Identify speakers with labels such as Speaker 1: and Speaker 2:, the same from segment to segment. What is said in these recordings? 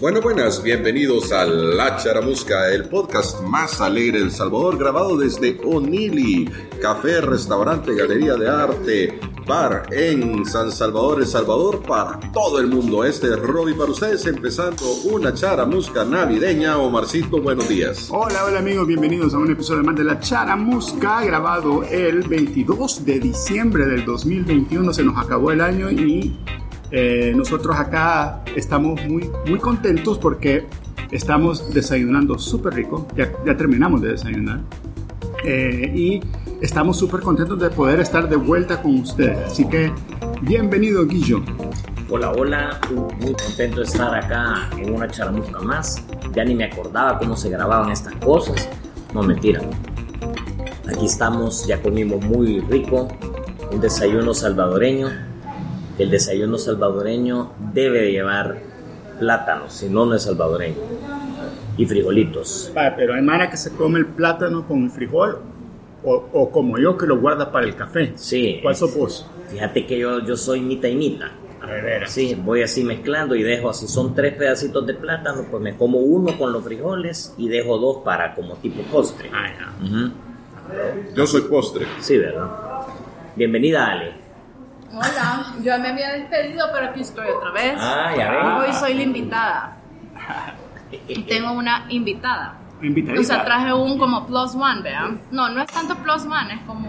Speaker 1: Bueno, buenas, bienvenidos a La Charamusca, el podcast más alegre del Salvador, grabado desde Onili, café, restaurante, galería de arte, bar en San Salvador, El Salvador, para todo el mundo. Este es Robbie para ustedes, empezando una charamusca navideña. Omarcito, buenos días.
Speaker 2: Hola, hola amigos, bienvenidos a un episodio más de La Charamusca, grabado el 22 de diciembre del 2021. Se nos acabó el año y eh, nosotros acá estamos muy, muy contentos porque estamos desayunando súper rico, ya, ya terminamos de desayunar. Eh, y estamos súper contentos de poder estar de vuelta con ustedes. Así que bienvenido Guillo.
Speaker 3: Hola, hola, muy contento de estar acá en una charamusca más. Ya ni me acordaba cómo se grababan estas cosas. No, mentira. Aquí estamos, ya comimos muy rico, un desayuno salvadoreño. El desayuno salvadoreño debe de llevar plátanos, si no, no es salvadoreño. Y frijolitos.
Speaker 2: Pa, pero hay mara que se come el plátano con el frijol o, o como yo que lo guarda para el café.
Speaker 3: Sí.
Speaker 2: ¿Cuál
Speaker 3: es-
Speaker 2: sos vos?
Speaker 3: Fíjate que yo, yo soy mitad y mitad.
Speaker 2: A ver,
Speaker 3: Sí, voy así mezclando y dejo, si son tres pedacitos de plátano, pues me como uno con los frijoles y dejo dos para como tipo postre.
Speaker 2: Ah, ya.
Speaker 3: Ujú.
Speaker 1: Yo soy postre.
Speaker 3: Sí, ¿verdad? Bienvenida, Ale.
Speaker 4: Hola, yo me había despedido, pero aquí estoy otra vez.
Speaker 3: Ah, ya ven.
Speaker 4: Hoy soy la invitada. Y tengo una invitada.
Speaker 2: Invitadita.
Speaker 4: O sea, traje un como plus one, vean. No, no es tanto plus one, es como.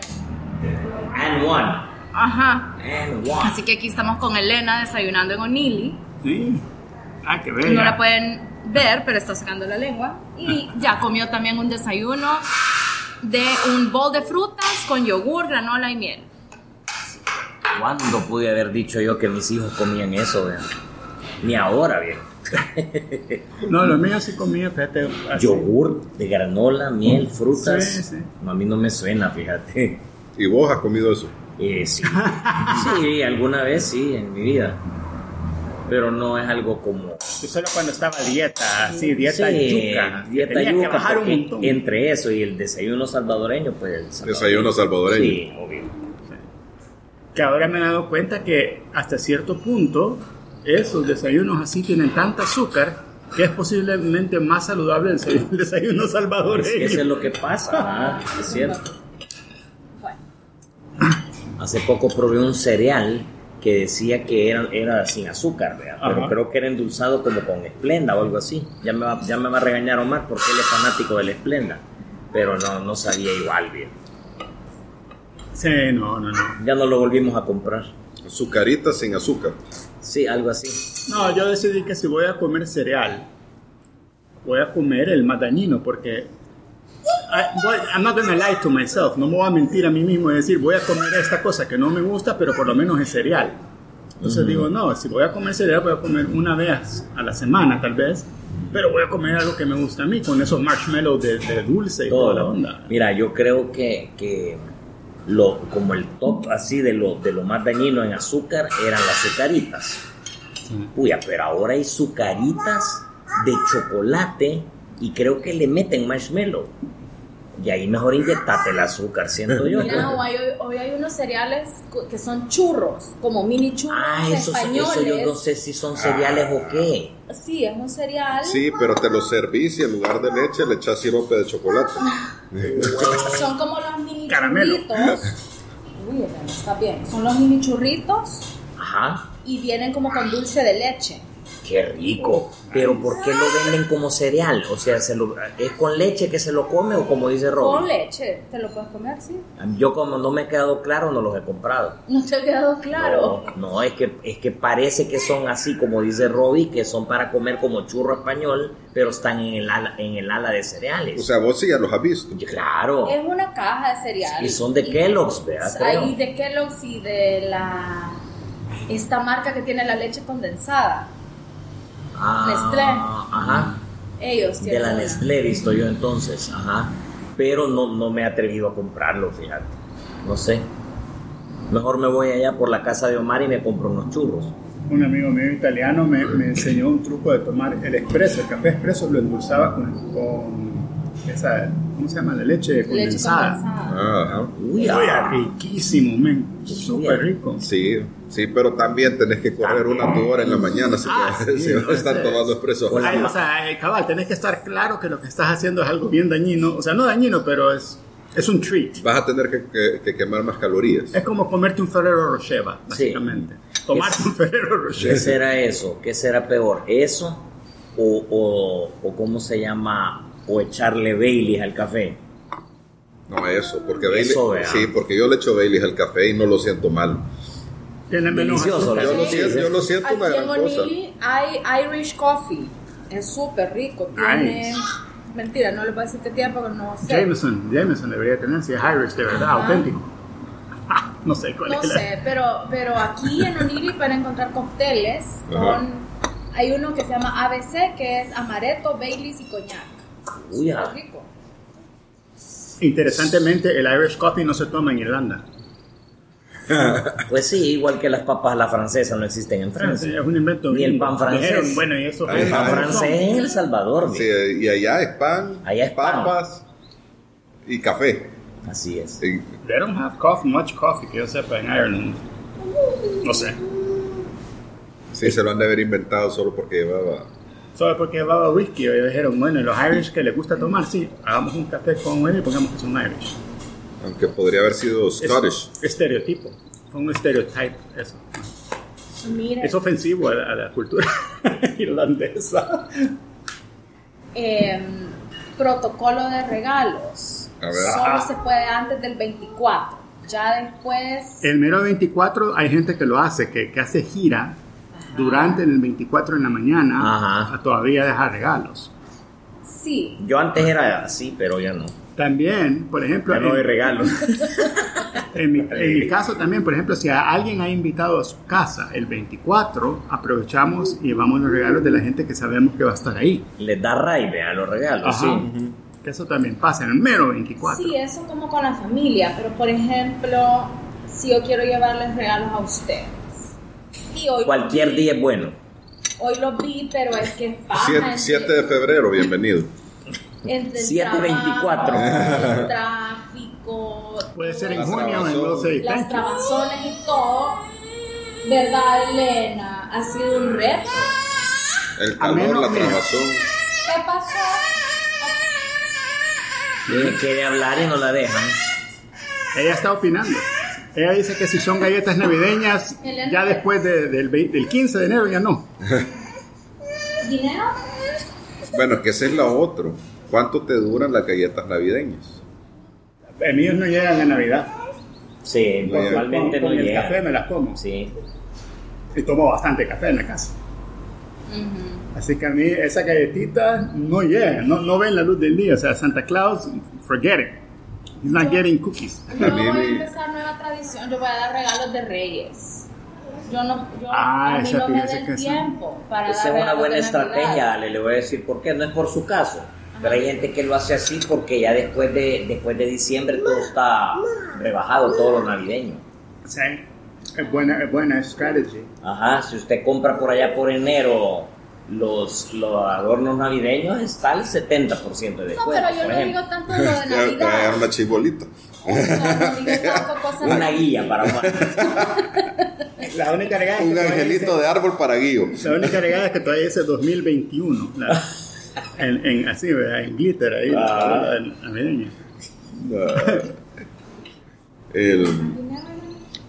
Speaker 3: And one.
Speaker 4: Ajá.
Speaker 3: And one.
Speaker 4: Así que aquí estamos con Elena desayunando en Onili.
Speaker 2: Sí. Ah, qué bella.
Speaker 4: No la pueden ver, pero está sacando la lengua. Y ya comió también un desayuno de un bol de frutas con yogur, granola y miel.
Speaker 3: ¿Cuándo pude haber dicho yo que mis hijos comían eso, vean? Ni ahora, bien.
Speaker 2: No, lo mío Ah, sí comía, fíjate. así.
Speaker 3: Yogur de granola, miel, frutas.
Speaker 2: Sí, sí.
Speaker 3: No, a mí no me suena, fíjate.
Speaker 1: ¿Y vos has comido eso?
Speaker 3: Eh, sí. sí, alguna vez sí, en mi vida. Pero no es algo como.
Speaker 2: Yo solo cuando estaba a dieta, así, dieta
Speaker 3: Sí,
Speaker 2: yuca.
Speaker 3: Dieta
Speaker 2: Tenía
Speaker 3: yuca,
Speaker 2: que bajar un
Speaker 3: porque
Speaker 2: montón.
Speaker 3: Entre eso y el desayuno salvadoreño, pues. el salvadoreño.
Speaker 1: Desayuno salvadoreño.
Speaker 3: Sí, obvio.
Speaker 2: Que ahora me he dado cuenta que hasta cierto punto esos desayunos así tienen tanta azúcar que es posiblemente más saludable el desayuno- el desayuno salvadoreño.
Speaker 3: Es que eso es lo que pasa, ah, es cierto. Hace poco probé un cereal que decía que era, era sin azúcar, ¿verdad? pero
Speaker 2: Ajá.
Speaker 3: creo que era endulzado como con esplenda o algo así. Ya me va, ya me va a regañar Omar porque él es fanático del esplenda, pero no, no sabía igual bien.
Speaker 2: Sí, no, no, no.
Speaker 3: Ya no lo volvimos a comprar.
Speaker 1: Azucarita sin azúcar.
Speaker 3: Sí, algo así.
Speaker 2: No, yo decidí que si voy a comer cereal, voy a comer el más dañino porque... I- voy- I'm not gonna lie to myself, no me voy a mentir a mí mismo y decir voy a comer esta cosa que no me gusta, pero por lo menos es cereal. Entonces digo, no, si voy a comer cereal, voy a comer una vez a la semana tal vez, pero voy a comer algo que me gusta a mí, con esos marshmallows de, de dulce y toda la
Speaker 3: Todo.
Speaker 2: onda.
Speaker 3: Mira, yo creo que, que lo, como el top así de lo, de lo más dañino en azúcar eran las azucaritas. Puya, pero ahora hay sucaritas de chocolate y creo que le meten marshmallow. Y ahí mejor inyectate el azúcar, siento yo.
Speaker 4: Mira, hoy, hoy hay unos cereales cu- que son churros, como mini churros
Speaker 3: Ah, eso,
Speaker 4: españoles.
Speaker 3: eso yo no sé si son cereales o qué.
Speaker 4: Sí, es un cereal.
Speaker 1: Sí, pero te lo servís y en lugar de leche le echas sirope de chocolate.
Speaker 4: Son como los mini
Speaker 2: Caramelo.
Speaker 4: churritos. Uy, Elena, está bien. Son los mini churritos
Speaker 3: Ajá,
Speaker 4: y vienen como con dulce de leche.
Speaker 3: qué rico. Pero ¿por qué lo venden como cereal? O sea, ¿se lo- ¿es con leche que se lo come o como dice
Speaker 4: Con
Speaker 3: Robin?
Speaker 4: leche. ¿Te lo puedes comer, sí?
Speaker 3: Yo como no me he quedado claro, no los he comprado.
Speaker 4: No te ha quedado claro.
Speaker 3: No, no, es que es que parece que son así, como dice Robbie, que son para comer como churro español, pero están en el ala, en el ala de
Speaker 1: O
Speaker 3: cereales.
Speaker 1: sea, vos sí ya los has visto.
Speaker 3: Y claro.
Speaker 4: Es una caja de cereal.
Speaker 3: Y son de Kellogg's, ¿verdad? Creo.
Speaker 4: Ahí de Kellogg's y de la... Esta marca que tiene la leche condensada.
Speaker 3: Ah,
Speaker 4: Nestlé.
Speaker 3: Ajá.
Speaker 4: Ellos
Speaker 3: De
Speaker 4: tienen
Speaker 3: la
Speaker 4: una.
Speaker 3: Nestlé he visto yo entonces, ajá. Pero no, no me he atrevido a comprarlo, fíjate. No sé. Mejor me voy allá por la casa de Omar y me compro unos churros.
Speaker 2: Un amigo mío italiano me, me enseñó un truco de tomar el expreso, el café expreso lo endulzaba con, con esa ¿cómo se llama? La leche
Speaker 4: Leche
Speaker 2: condensada.
Speaker 4: condensada.
Speaker 1: Ajá.
Speaker 3: Uy,
Speaker 2: Uy,
Speaker 3: ah.
Speaker 2: riquísimo, men. Súper rico.
Speaker 1: Sí, sí, pero también tenés que correr una tu hora en la mañana si,
Speaker 2: Ah,
Speaker 1: te-
Speaker 2: sí,
Speaker 1: si no
Speaker 2: puede
Speaker 1: están
Speaker 2: ser.
Speaker 1: tomando expreso.
Speaker 3: Hola.
Speaker 2: Ay, o sea, eh, cabal, tenés que estar claro que lo que estás haciendo es algo bien dañino. O sea, no dañino, pero es, es un treat.
Speaker 1: Vas a tener que, que- que quemar más calorías.
Speaker 2: Es como comerte un Ferrero Rocher, va,
Speaker 3: Sí.
Speaker 2: básicamente. Tomarte un Ferrero
Speaker 3: Pues, ¿Qué
Speaker 2: Rocher.
Speaker 3: será eso? ¿Qué será peor? ¿Eso? ¿O, o, o cómo se llama? ¿O echarle Baileys al café?
Speaker 1: No, eso, porque
Speaker 3: Eso,
Speaker 1: Bailey-
Speaker 3: vea.
Speaker 1: sí, porque yo le echo Baileys al café y no lo siento mal.
Speaker 2: Tiene menos
Speaker 3: Delicioso,
Speaker 2: azúcar.
Speaker 1: Yo lo
Speaker 4: Sí.
Speaker 1: siento, yo lo siento una
Speaker 4: Aquí en
Speaker 1: gran cosa.
Speaker 4: Bonili hay Irish Coffee. Es súper rico. Tiene...
Speaker 2: Nice.
Speaker 4: Mentira, no le voy a decir qué tiempo, pero no sé.
Speaker 2: Jameson, Jameson debería tener, si es Irish, de verdad,
Speaker 4: Ajá.
Speaker 2: auténtico. no sé cuál
Speaker 4: No
Speaker 2: es la...
Speaker 4: sé, pero, pero aquí en Oniri para encontrar cócteles
Speaker 1: Ajá.
Speaker 4: con... Hay uno que se llama ABC, que es amaretto, baileys y coñac.
Speaker 3: Uy, ah.
Speaker 4: Súper rico.
Speaker 2: Interesantemente, el Irish coffee no se toma en Irlanda.
Speaker 3: Pues sí, igual que las papas a la francesa no existen en
Speaker 2: Es
Speaker 3: Francia.
Speaker 2: un invento.
Speaker 3: Ni el
Speaker 2: gringo.
Speaker 3: pan francés.
Speaker 2: Dijeron, bueno, y eso...
Speaker 1: Ahí
Speaker 3: El pan
Speaker 1: Ah,
Speaker 3: francés es El Salvador.
Speaker 1: Sí,
Speaker 3: vi.
Speaker 1: y allá es pan,
Speaker 3: Allá es pan.
Speaker 1: papas y café.
Speaker 3: Así es.
Speaker 1: Y-
Speaker 2: They don't have coffee, much coffee, que yo sepa, en Ireland. No sé.
Speaker 1: sí, se lo han de haber inventado solo porque llevaba.
Speaker 2: Solo porque llevaba whisky, ellos dijeron, bueno, y los Irish que les gusta tomar, sí, hagamos un café con él y pongamos que es un Irish.
Speaker 1: Aunque podría haber sido Scottish.
Speaker 2: Es estereotipo. Fue un estereotype eso.
Speaker 4: Mira,
Speaker 2: Es ofensivo a la, a la cultura irlandesa.
Speaker 4: em, protocolo de regalos.
Speaker 1: A ver.
Speaker 4: Solo
Speaker 2: Ajá.
Speaker 4: se puede antes del 24. Ya después...
Speaker 2: El mero 24 hay gente que lo hace, que, que hace gira durante el 24 en la mañana
Speaker 3: Ajá.
Speaker 2: a todavía dejar regalos.
Speaker 4: Sí,
Speaker 3: Yo antes era así, pero ya no.
Speaker 2: También, por ejemplo,
Speaker 3: Ya no doy
Speaker 2: en,
Speaker 3: regalos.
Speaker 2: en mi, en mi caso también, por ejemplo, si a alguien ha invitado a su casa el 24, aprovechamos y llevamos los regalos de la gente que sabemos que va a estar ahí.
Speaker 3: Les da raide a los regalos,
Speaker 2: Ajá.
Speaker 3: sí.
Speaker 2: Que eso también pasa en el mero 24.
Speaker 4: Sí, eso como con la familia, pero por ejemplo, si yo quiero llevarles regalos a ustedes. Y hoy,
Speaker 3: Cualquier día es bueno.
Speaker 4: hoy lo vi, pero es que
Speaker 1: Siete-
Speaker 4: baja
Speaker 1: 7 de febrero, bienvenido.
Speaker 4: entre el
Speaker 3: 7:24.
Speaker 4: trabajo, el tráfico,
Speaker 2: Puede ser en
Speaker 1: Las
Speaker 4: todo
Speaker 2: junio o en
Speaker 1: trabazones.
Speaker 2: 12 de
Speaker 4: eso, las
Speaker 2: diciembre.
Speaker 4: trabazones y todo. ¿Verdad, Elena? Ha sido un reto.
Speaker 1: El
Speaker 2: A
Speaker 1: calor,
Speaker 2: menos
Speaker 1: la
Speaker 2: que-
Speaker 1: trabazón.
Speaker 4: ¿Qué pasó?
Speaker 3: Quiere- Quiere hablar y no la dejan.
Speaker 2: Ella está opinando. Ella dice que si son galletas navideñas,
Speaker 4: Elena.
Speaker 2: ya después de- del, vei- del 15 de enero ya no.
Speaker 4: ¿Dinero?
Speaker 1: Bueno, es que esa es la otra. ¿Cuánto te duran las galletas navideñas?
Speaker 2: Eh, Míos no llegan a Navidad.
Speaker 3: Sí,
Speaker 1: No llega.
Speaker 3: normalmente
Speaker 2: Con-
Speaker 3: no
Speaker 2: con el
Speaker 3: llega.
Speaker 2: café me las como.
Speaker 3: Sí.
Speaker 2: Y tomo bastante café en la casa. Así que a mí esas galletitas no llegan, no, no ven la luz del día. O sea, Santa Claus, forget it. He's not getting cookies.
Speaker 4: Yo
Speaker 1: A mí
Speaker 4: voy a
Speaker 1: me-
Speaker 4: empezar nueva tradición, yo voy a dar regalos de reyes. Yo no, yo
Speaker 2: Ah,
Speaker 4: a mí
Speaker 2: esa
Speaker 4: no me da
Speaker 2: fíjese que
Speaker 4: el
Speaker 2: esa-
Speaker 4: tiempo para
Speaker 3: Esa
Speaker 4: dar
Speaker 3: es una
Speaker 4: regalos
Speaker 3: buena
Speaker 4: de Navidad.
Speaker 3: estrategia, Ale, le voy a decir por qué. No es por su caso, pero hay gente que lo hace así porque ya después de, después de diciembre todo está rebajado, todo lo navideño.
Speaker 2: Sí. Es buena, es buena strategy.
Speaker 3: Ajá, si usted compra por allá por enero los, los adornos navideños, está el 70% de
Speaker 4: No,
Speaker 3: descuento.
Speaker 4: pero yo
Speaker 3: por
Speaker 4: no
Speaker 3: ejemplo.
Speaker 4: digo tanto lo de
Speaker 1: Te va a dar
Speaker 4: Navidad.
Speaker 1: una chibolita.
Speaker 4: No, no digo tanto cosas
Speaker 3: Una guía para una-
Speaker 2: La única regada es que pues,
Speaker 1: Un
Speaker 2: todavía
Speaker 1: angelito
Speaker 2: dice-
Speaker 1: de árbol para Guillo.
Speaker 2: La única regada es que todavía dice 2021. la- en, en- así, ¿verdad? En glitter ahí.
Speaker 3: Ah.
Speaker 2: en- navideño.
Speaker 1: El-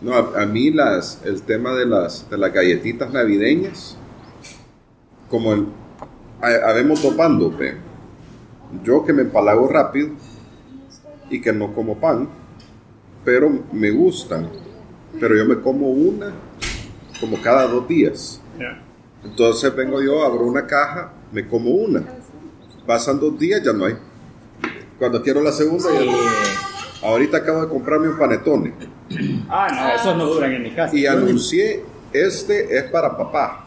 Speaker 1: no, a, a mí las, el tema de las, de las galletitas navideñas, como el, ha- habemos topando, pe. yo que me empalago rápido y que no como pan, pero me gustan, pero yo me como una como cada dos días.
Speaker 2: Ya.
Speaker 1: Entonces vengo yo, abro una caja, me como una. Pasan dos días, ya no hay. Cuando quiero la segunda, ya no hay.
Speaker 3: Eh,
Speaker 1: Ahorita acabo de comprarme un panetone
Speaker 2: Ah, no, esos no duran en mi casa.
Speaker 1: y anuncié, este es para papá.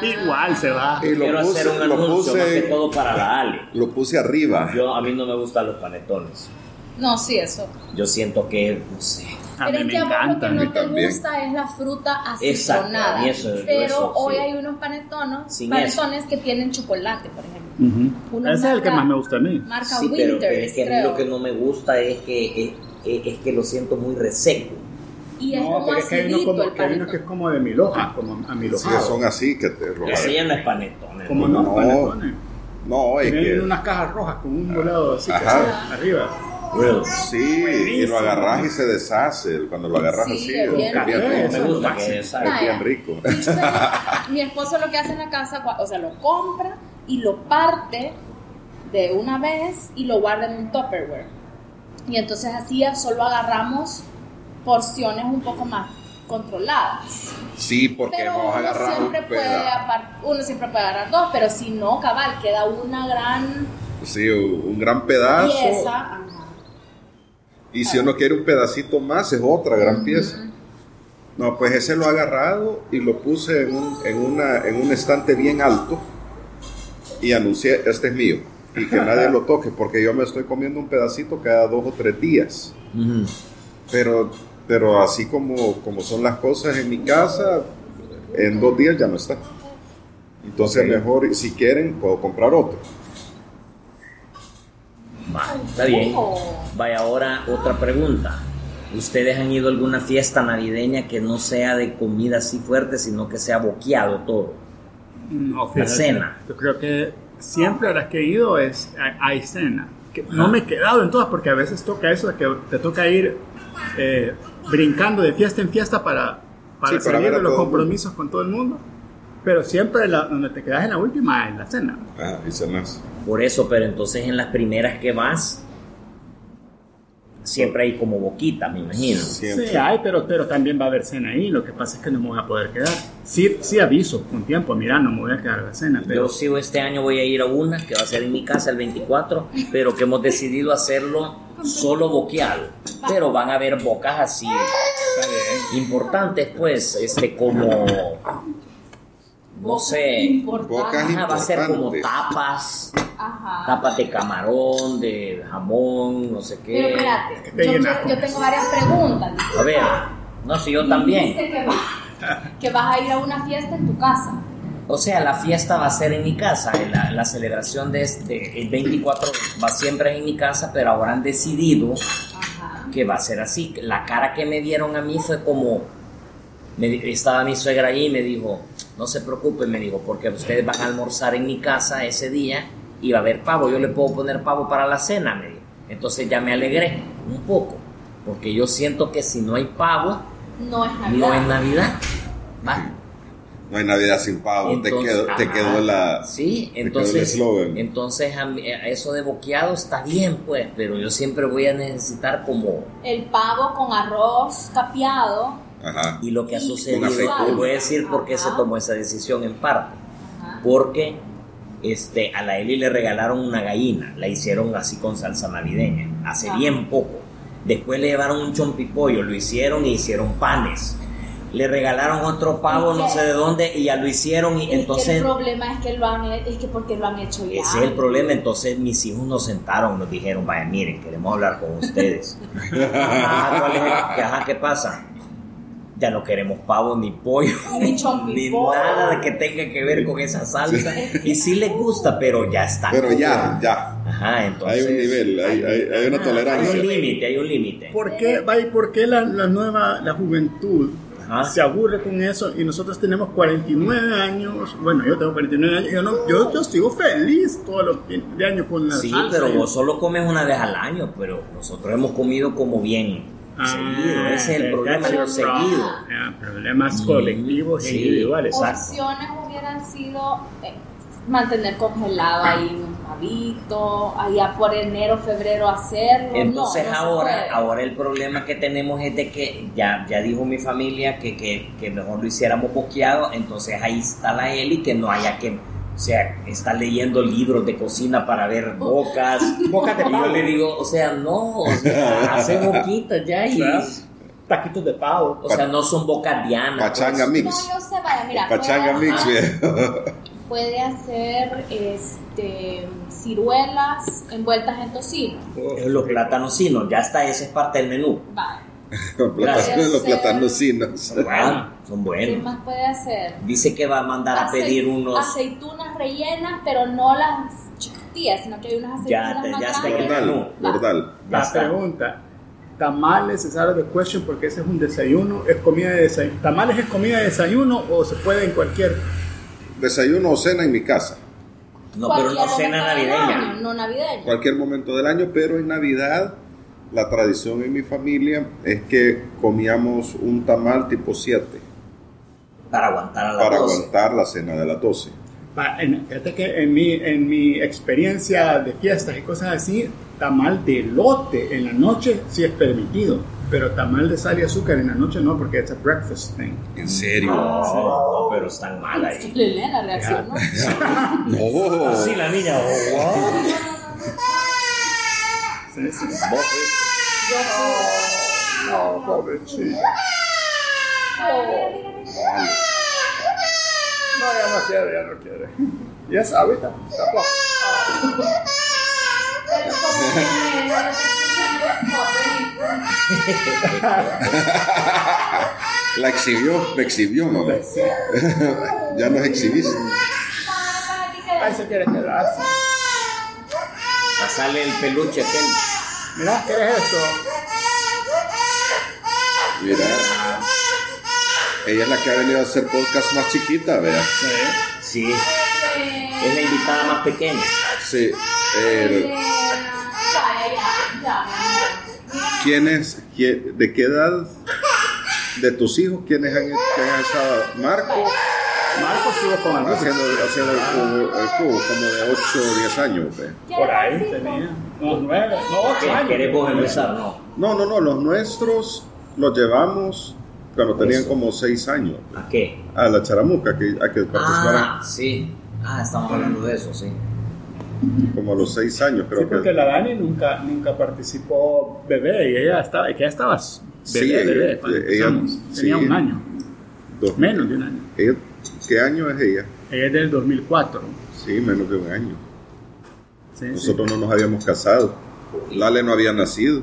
Speaker 2: Igual se va.
Speaker 1: Y lo
Speaker 3: quiero hacer un
Speaker 1: puse, lo
Speaker 3: anuncio más que
Speaker 1: puse,
Speaker 3: todo para la Ale.
Speaker 1: lo puse arriba.
Speaker 3: Yo, a mí no me gustan los panetones.
Speaker 4: No, sí, eso.
Speaker 3: Yo siento que, no sé,
Speaker 2: A
Speaker 4: Pero
Speaker 2: mí
Speaker 4: es
Speaker 2: me
Speaker 4: que a vos lo que
Speaker 2: encantan,
Speaker 1: a
Speaker 4: no
Speaker 1: mí
Speaker 4: te
Speaker 1: también.
Speaker 4: gusta es la fruta
Speaker 3: Exacto, a
Speaker 4: acitonada.
Speaker 3: mí eso es-
Speaker 4: Pero
Speaker 3: eso,
Speaker 4: hoy
Speaker 3: sí.
Speaker 4: hay unos panetonos,
Speaker 3: Sin
Speaker 4: panetones que tienen chocolate, por ejemplo.
Speaker 2: Ujú.
Speaker 4: Uno
Speaker 2: Ese es el que
Speaker 4: marca-
Speaker 2: más me gusta a mí.
Speaker 4: Marca
Speaker 3: Sí, pero,
Speaker 4: Winters,
Speaker 3: pero es que a mí
Speaker 4: creo.
Speaker 3: lo que no me gusta es que, es, es que lo siento muy reseco.
Speaker 4: Y es como
Speaker 2: pero es que hay uno,
Speaker 4: acidito
Speaker 2: como,
Speaker 4: el
Speaker 2: que hay uno
Speaker 4: panetón.
Speaker 2: que es como de miloja, como a
Speaker 1: Sí,
Speaker 2: milojado.
Speaker 1: son así que te roban.
Speaker 3: Ese ya no es panetón. ¿eh?
Speaker 2: como no,
Speaker 1: No.
Speaker 2: panetones.
Speaker 1: No, es
Speaker 2: Vienen
Speaker 1: que.
Speaker 2: en unas cajas rojas con un volado así que
Speaker 1: Ajá.
Speaker 2: sale arriba.
Speaker 3: Real.
Speaker 1: Sí, y lo agarras y se deshace. Cuando lo agarras
Speaker 4: Sí,
Speaker 1: así,
Speaker 4: es bien
Speaker 1: es bien
Speaker 2: rico.
Speaker 1: rico.
Speaker 3: Me
Speaker 2: Eso es lo
Speaker 3: gusta
Speaker 2: máximo.
Speaker 3: que sabe.
Speaker 1: Es bien rico.
Speaker 4: Entonces, mi esposo lo que hace en la casa, cua- o sea, lo compra y lo parte de una vez y lo guarda en un Tupperware. Y entonces así ya solo agarramos porciones un poco más controladas.
Speaker 1: Sí, porque
Speaker 4: Pero
Speaker 1: hemos
Speaker 4: uno
Speaker 1: agarrado un
Speaker 4: siempre, puede
Speaker 1: pedazo.
Speaker 4: apar- uno siempre puede agarrar dos, pero si no, cabal, queda una gran
Speaker 1: Sí, un gran pedazo.
Speaker 4: pieza. Ajá.
Speaker 1: Y si uno quiere un pedacito más, es otra gran pieza. No, pues ese lo he agarrado y lo puse en un, en una, en un estante bien alto y anuncié, este es mío. Y que nadie lo toque, porque yo me estoy comiendo un pedacito cada dos o tres días.
Speaker 3: Ujú.
Speaker 1: Pero, pero así como, como son las cosas en mi casa, en dos días ya no está. Entonces
Speaker 3: Ok.
Speaker 1: mejor, si quieren, puedo comprar otro.
Speaker 3: Va, está bien.
Speaker 4: Oh.
Speaker 3: Vaya, ahora otra pregunta. ¿Ustedes han ido a alguna fiesta navideña que no sea de comida así fuerte, sino que sea boqueado todo?
Speaker 2: No,
Speaker 3: La cena.
Speaker 2: Mm, Yo creo que siempre a las que he ido es a- hay cena. Que no me he quedado en todas porque a veces toca eso, de que te toca ir eh, brincando de fiesta en fiesta para, para
Speaker 1: Sí, para
Speaker 2: salir
Speaker 1: ver a
Speaker 2: de los
Speaker 1: todo el
Speaker 2: compromisos con todo el mundo. Pero siempre la- donde te quedas en la última es la cena.
Speaker 1: Ah, y cenas.
Speaker 3: Por eso, pero entonces en las primeras que vas, siempre hay como boquita, me imagino.
Speaker 1: Siempre.
Speaker 2: Sí, hay, pero, pero también va a haber cena ahí. Lo que pasa es que no me voy a poder quedar. Sí, sí aviso con tiempo, mira, no me voy a quedar a la cena. Pero
Speaker 3: Yo sigo este año, voy a ir a una que va a ser en mi casa el 24, pero que hemos decidido hacerlo solo boqueado. Pero van a haber bocas así importantes, pues, este como, no sé,
Speaker 1: Bocas
Speaker 4: Importante.
Speaker 3: ajá, va a ser como
Speaker 1: importantes.
Speaker 3: tapas,
Speaker 4: Ajá.
Speaker 3: tapas de camarón, de jamón, no sé
Speaker 4: Pero
Speaker 3: qué.
Speaker 4: espérate,
Speaker 2: Te
Speaker 4: yo,
Speaker 2: llenas
Speaker 4: quiero- yo tengo varias preguntas.
Speaker 3: A ver, no sé, yo también.
Speaker 4: Dice que, va- que vas a ir a una fiesta en tu casa.
Speaker 3: O sea, la fiesta va a ser en mi casa, eh, la, la celebración de este, el 24 va siempre en mi casa, pero ahora han decidido
Speaker 4: Ajá.
Speaker 3: que va a ser así. La cara que me dieron a mí fue como, me di- estaba mi suegra allí y me dijo, no se preocupen, me dijo, porque ustedes van a almorzar en mi casa ese día y va a haber pavo, yo le puedo poner pavo para la cena, me dijo. Entonces ya me alegré un poco, porque yo siento que si no hay pavo,
Speaker 4: No es Navidad.
Speaker 3: no es Navidad. Va.
Speaker 1: No hay Navidad sin pavo. te,
Speaker 3: Entonces,
Speaker 1: quedó, te
Speaker 3: ajá.
Speaker 1: quedó la. te
Speaker 3: Sí,
Speaker 1: quedó el
Speaker 3: entonces,
Speaker 1: eslogan.
Speaker 3: entonces a mí- a eso de boqueado está bien, pues, pero yo siempre voy a necesitar como
Speaker 4: El pavo con arroz capeado.
Speaker 1: Ajá.
Speaker 3: y lo que ha
Speaker 4: Con
Speaker 3: sucedido.
Speaker 1: aceituna.
Speaker 3: Te voy a decir por qué se
Speaker 4: Ajá.
Speaker 3: tomó esa decisión en parte.
Speaker 4: Ajá.
Speaker 3: Porque este, a la Eli le regalaron una gallina, la hicieron así con salsa navideña, hace
Speaker 4: Ajá.
Speaker 3: bien poco. Después le llevaron un chompipollo, lo hicieron y hicieron panes. Le regalaron otro pavo,
Speaker 4: ¿Y
Speaker 3: no
Speaker 4: qué?
Speaker 3: sé de dónde, y ya lo hicieron.
Speaker 4: Es
Speaker 3: Y
Speaker 4: que el
Speaker 3: entonces,
Speaker 4: problema es que lo han, es que porque lo han hecho ya.
Speaker 3: ese es el problema. Entonces, mis hijos nos sentaron, nos dijeron: Vaya, miren, queremos hablar con ustedes. Ajá, ¿cuál es el- ajá, ¿qué pasa? Ya no queremos pavo ni pollo,
Speaker 4: Ni chompi
Speaker 3: ni
Speaker 4: pollo.
Speaker 3: nada que tenga que ver con esa salsa. Y sí les gusta, pero ya está.
Speaker 1: Pero ya, ya.
Speaker 3: Ajá,
Speaker 1: Hay
Speaker 3: entonces. ah,
Speaker 1: un nivel, hay, hay- hay una
Speaker 3: Hay un
Speaker 1: tolerancia.
Speaker 3: límite, hay un límite.
Speaker 2: ¿por qué, Bay, por qué la, la nueva, la juventud
Speaker 3: Ajá.
Speaker 2: se aburre con eso y nosotros tenemos 49 años? Bueno, yo tengo 49 años, yo, no, yo, yo sigo feliz todos los fines de año con la
Speaker 3: Sí,
Speaker 2: salsa
Speaker 3: pero
Speaker 2: y-
Speaker 3: vos solo comes una vez al año, pero nosotros hemos comido como bien.
Speaker 2: Ah,
Speaker 3: seguido, ese es el
Speaker 2: eh,
Speaker 3: problema,
Speaker 2: that's
Speaker 3: lo
Speaker 2: your
Speaker 3: seguido.
Speaker 2: problem. Ah, problemas
Speaker 3: Mm,
Speaker 2: colectivos e
Speaker 3: sí.
Speaker 2: individuales.
Speaker 3: Exacto.
Speaker 4: Opciones hubieran sido eh, mantener congelado ahí un pavito, allá por enero, febrero hacerlo. No,
Speaker 3: Entonces
Speaker 4: no se
Speaker 3: ahora,
Speaker 4: puede.
Speaker 3: ahora el problema que tenemos es de que ya, ya dijo mi familia que, que, que mejor lo hiciéramos boqueado, entonces ahí está la Eli que no haya que, o sea, está leyendo libros de cocina para ver bocas.
Speaker 2: Bocas de
Speaker 3: Y yo
Speaker 2: pavo.
Speaker 3: le digo, o sea, no, o sea, hace boquitas ya y...
Speaker 2: ¿verdad? Taquitos de pavo.
Speaker 3: O sea, no son bocas dianas. pues.
Speaker 1: Pachanga
Speaker 4: No,
Speaker 1: mix.
Speaker 4: yo sé, vaya, mira.
Speaker 1: Pachanga
Speaker 4: puede
Speaker 1: mix,
Speaker 4: hacer-
Speaker 1: viejo.
Speaker 4: Puede hacer este, ciruelas envueltas en tocino.
Speaker 3: Los plátanos sí, no, ya está, ese es parte del menú.
Speaker 4: Vale.
Speaker 1: Los
Speaker 4: Gracias.
Speaker 1: plátanos, los platanocinos.
Speaker 3: Son buenos, son
Speaker 4: ¿Qué
Speaker 3: buenos.
Speaker 4: más puede hacer?
Speaker 3: Dice que va a mandar a
Speaker 4: Ace-
Speaker 3: pedir unos.
Speaker 4: Aceitunas rellenas, pero no las chiquitías, sino que hay unas
Speaker 3: Ya
Speaker 4: aceitunas
Speaker 3: te-
Speaker 4: más
Speaker 3: ya está
Speaker 4: grandes.
Speaker 1: Bordal, bordal.
Speaker 3: Ya
Speaker 2: La
Speaker 3: está.
Speaker 2: pregunta, tamales es out of the question porque ese es un desayuno, es comida de desayuno. ¿Tamales es comida de desayuno o se puede en cualquier?
Speaker 1: Desayuno o cena en mi casa.
Speaker 3: No, pero no
Speaker 4: Cualquier
Speaker 3: cena
Speaker 4: momento del
Speaker 3: navideña.
Speaker 4: año, No navideña.
Speaker 1: cualquier momento del año, pero en Navidad la tradición en mi familia es que comíamos un tamal tipo 7
Speaker 3: Para aguantar a la
Speaker 1: para
Speaker 3: 12.
Speaker 1: aguantar la cena de las 12.
Speaker 2: Pa- en- Fíjate que en mi, en mi experiencia de fiestas y cosas así, tamal de lote en la noche sí es permitido, pero tamal de sal y azúcar en la noche no porque es a breakfast thing.
Speaker 1: ¿En serio?
Speaker 3: No, no, pero están mal ahí.
Speaker 4: Lele, la reacción, ¿no?
Speaker 1: No.
Speaker 3: Así la niña, oh, wow.
Speaker 2: Sí, sí.
Speaker 1: Vos fuiste.
Speaker 2: No, pobrecito.
Speaker 4: Oh.
Speaker 1: Vale.
Speaker 2: No, ya no quiere, ya no quiere. Y es ahorita, tampoco.
Speaker 4: Pero como que me- no te escuchan los papelitos.
Speaker 1: La exhibió, me exhibió, mamá.
Speaker 2: Sí.
Speaker 1: ya nos exhibiste.
Speaker 2: Ahí se quiere quedar.
Speaker 3: Ya sale el peluche aquel.
Speaker 2: Mirá, ¿qué es esto?
Speaker 1: Mira. Ella es la que ha venido a hacer podcast más chiquita, vea.
Speaker 3: Sí, es la invitada más pequeña.
Speaker 1: Sí. el- ¿Quiénes, qui- de qué edad de tus hijos, quiénes han, quiénes han estado? Marco,
Speaker 2: Marco estuvo con algunos.
Speaker 1: haciendo, haciendo el, cubo, el cubo, como de 8 o 10 años. ve.
Speaker 2: Por ahí tenía. No, nueve, no,
Speaker 3: ¿Qué,
Speaker 2: ocho años.
Speaker 3: ¿Querés vos empezar? No.
Speaker 1: No, no, no, los nuestros los llevamos cuando tenían como 6 años
Speaker 3: ¿A qué?
Speaker 1: a la charamuca, que, a que participaran
Speaker 3: Ah, sí. Ah, estamos hablando de eso, sí.
Speaker 1: como a los 6 años, creo
Speaker 2: Sí, porque
Speaker 1: que.
Speaker 2: la Dani nunca, nunca participó bebé y ella estaba, que ya estabas bebé,
Speaker 1: Sí,
Speaker 2: bebé,
Speaker 1: ella-
Speaker 2: cuando
Speaker 1: ella-
Speaker 2: empezamos.
Speaker 1: sí.
Speaker 2: tenía un año,
Speaker 1: dos-
Speaker 2: menos de un año.
Speaker 1: ella- ¿Qué año es ella?
Speaker 2: Ella es del 2004.
Speaker 1: Sí, menos de un año.
Speaker 2: Sí,
Speaker 1: Nosotros no nos habíamos casado. Lale no había nacido.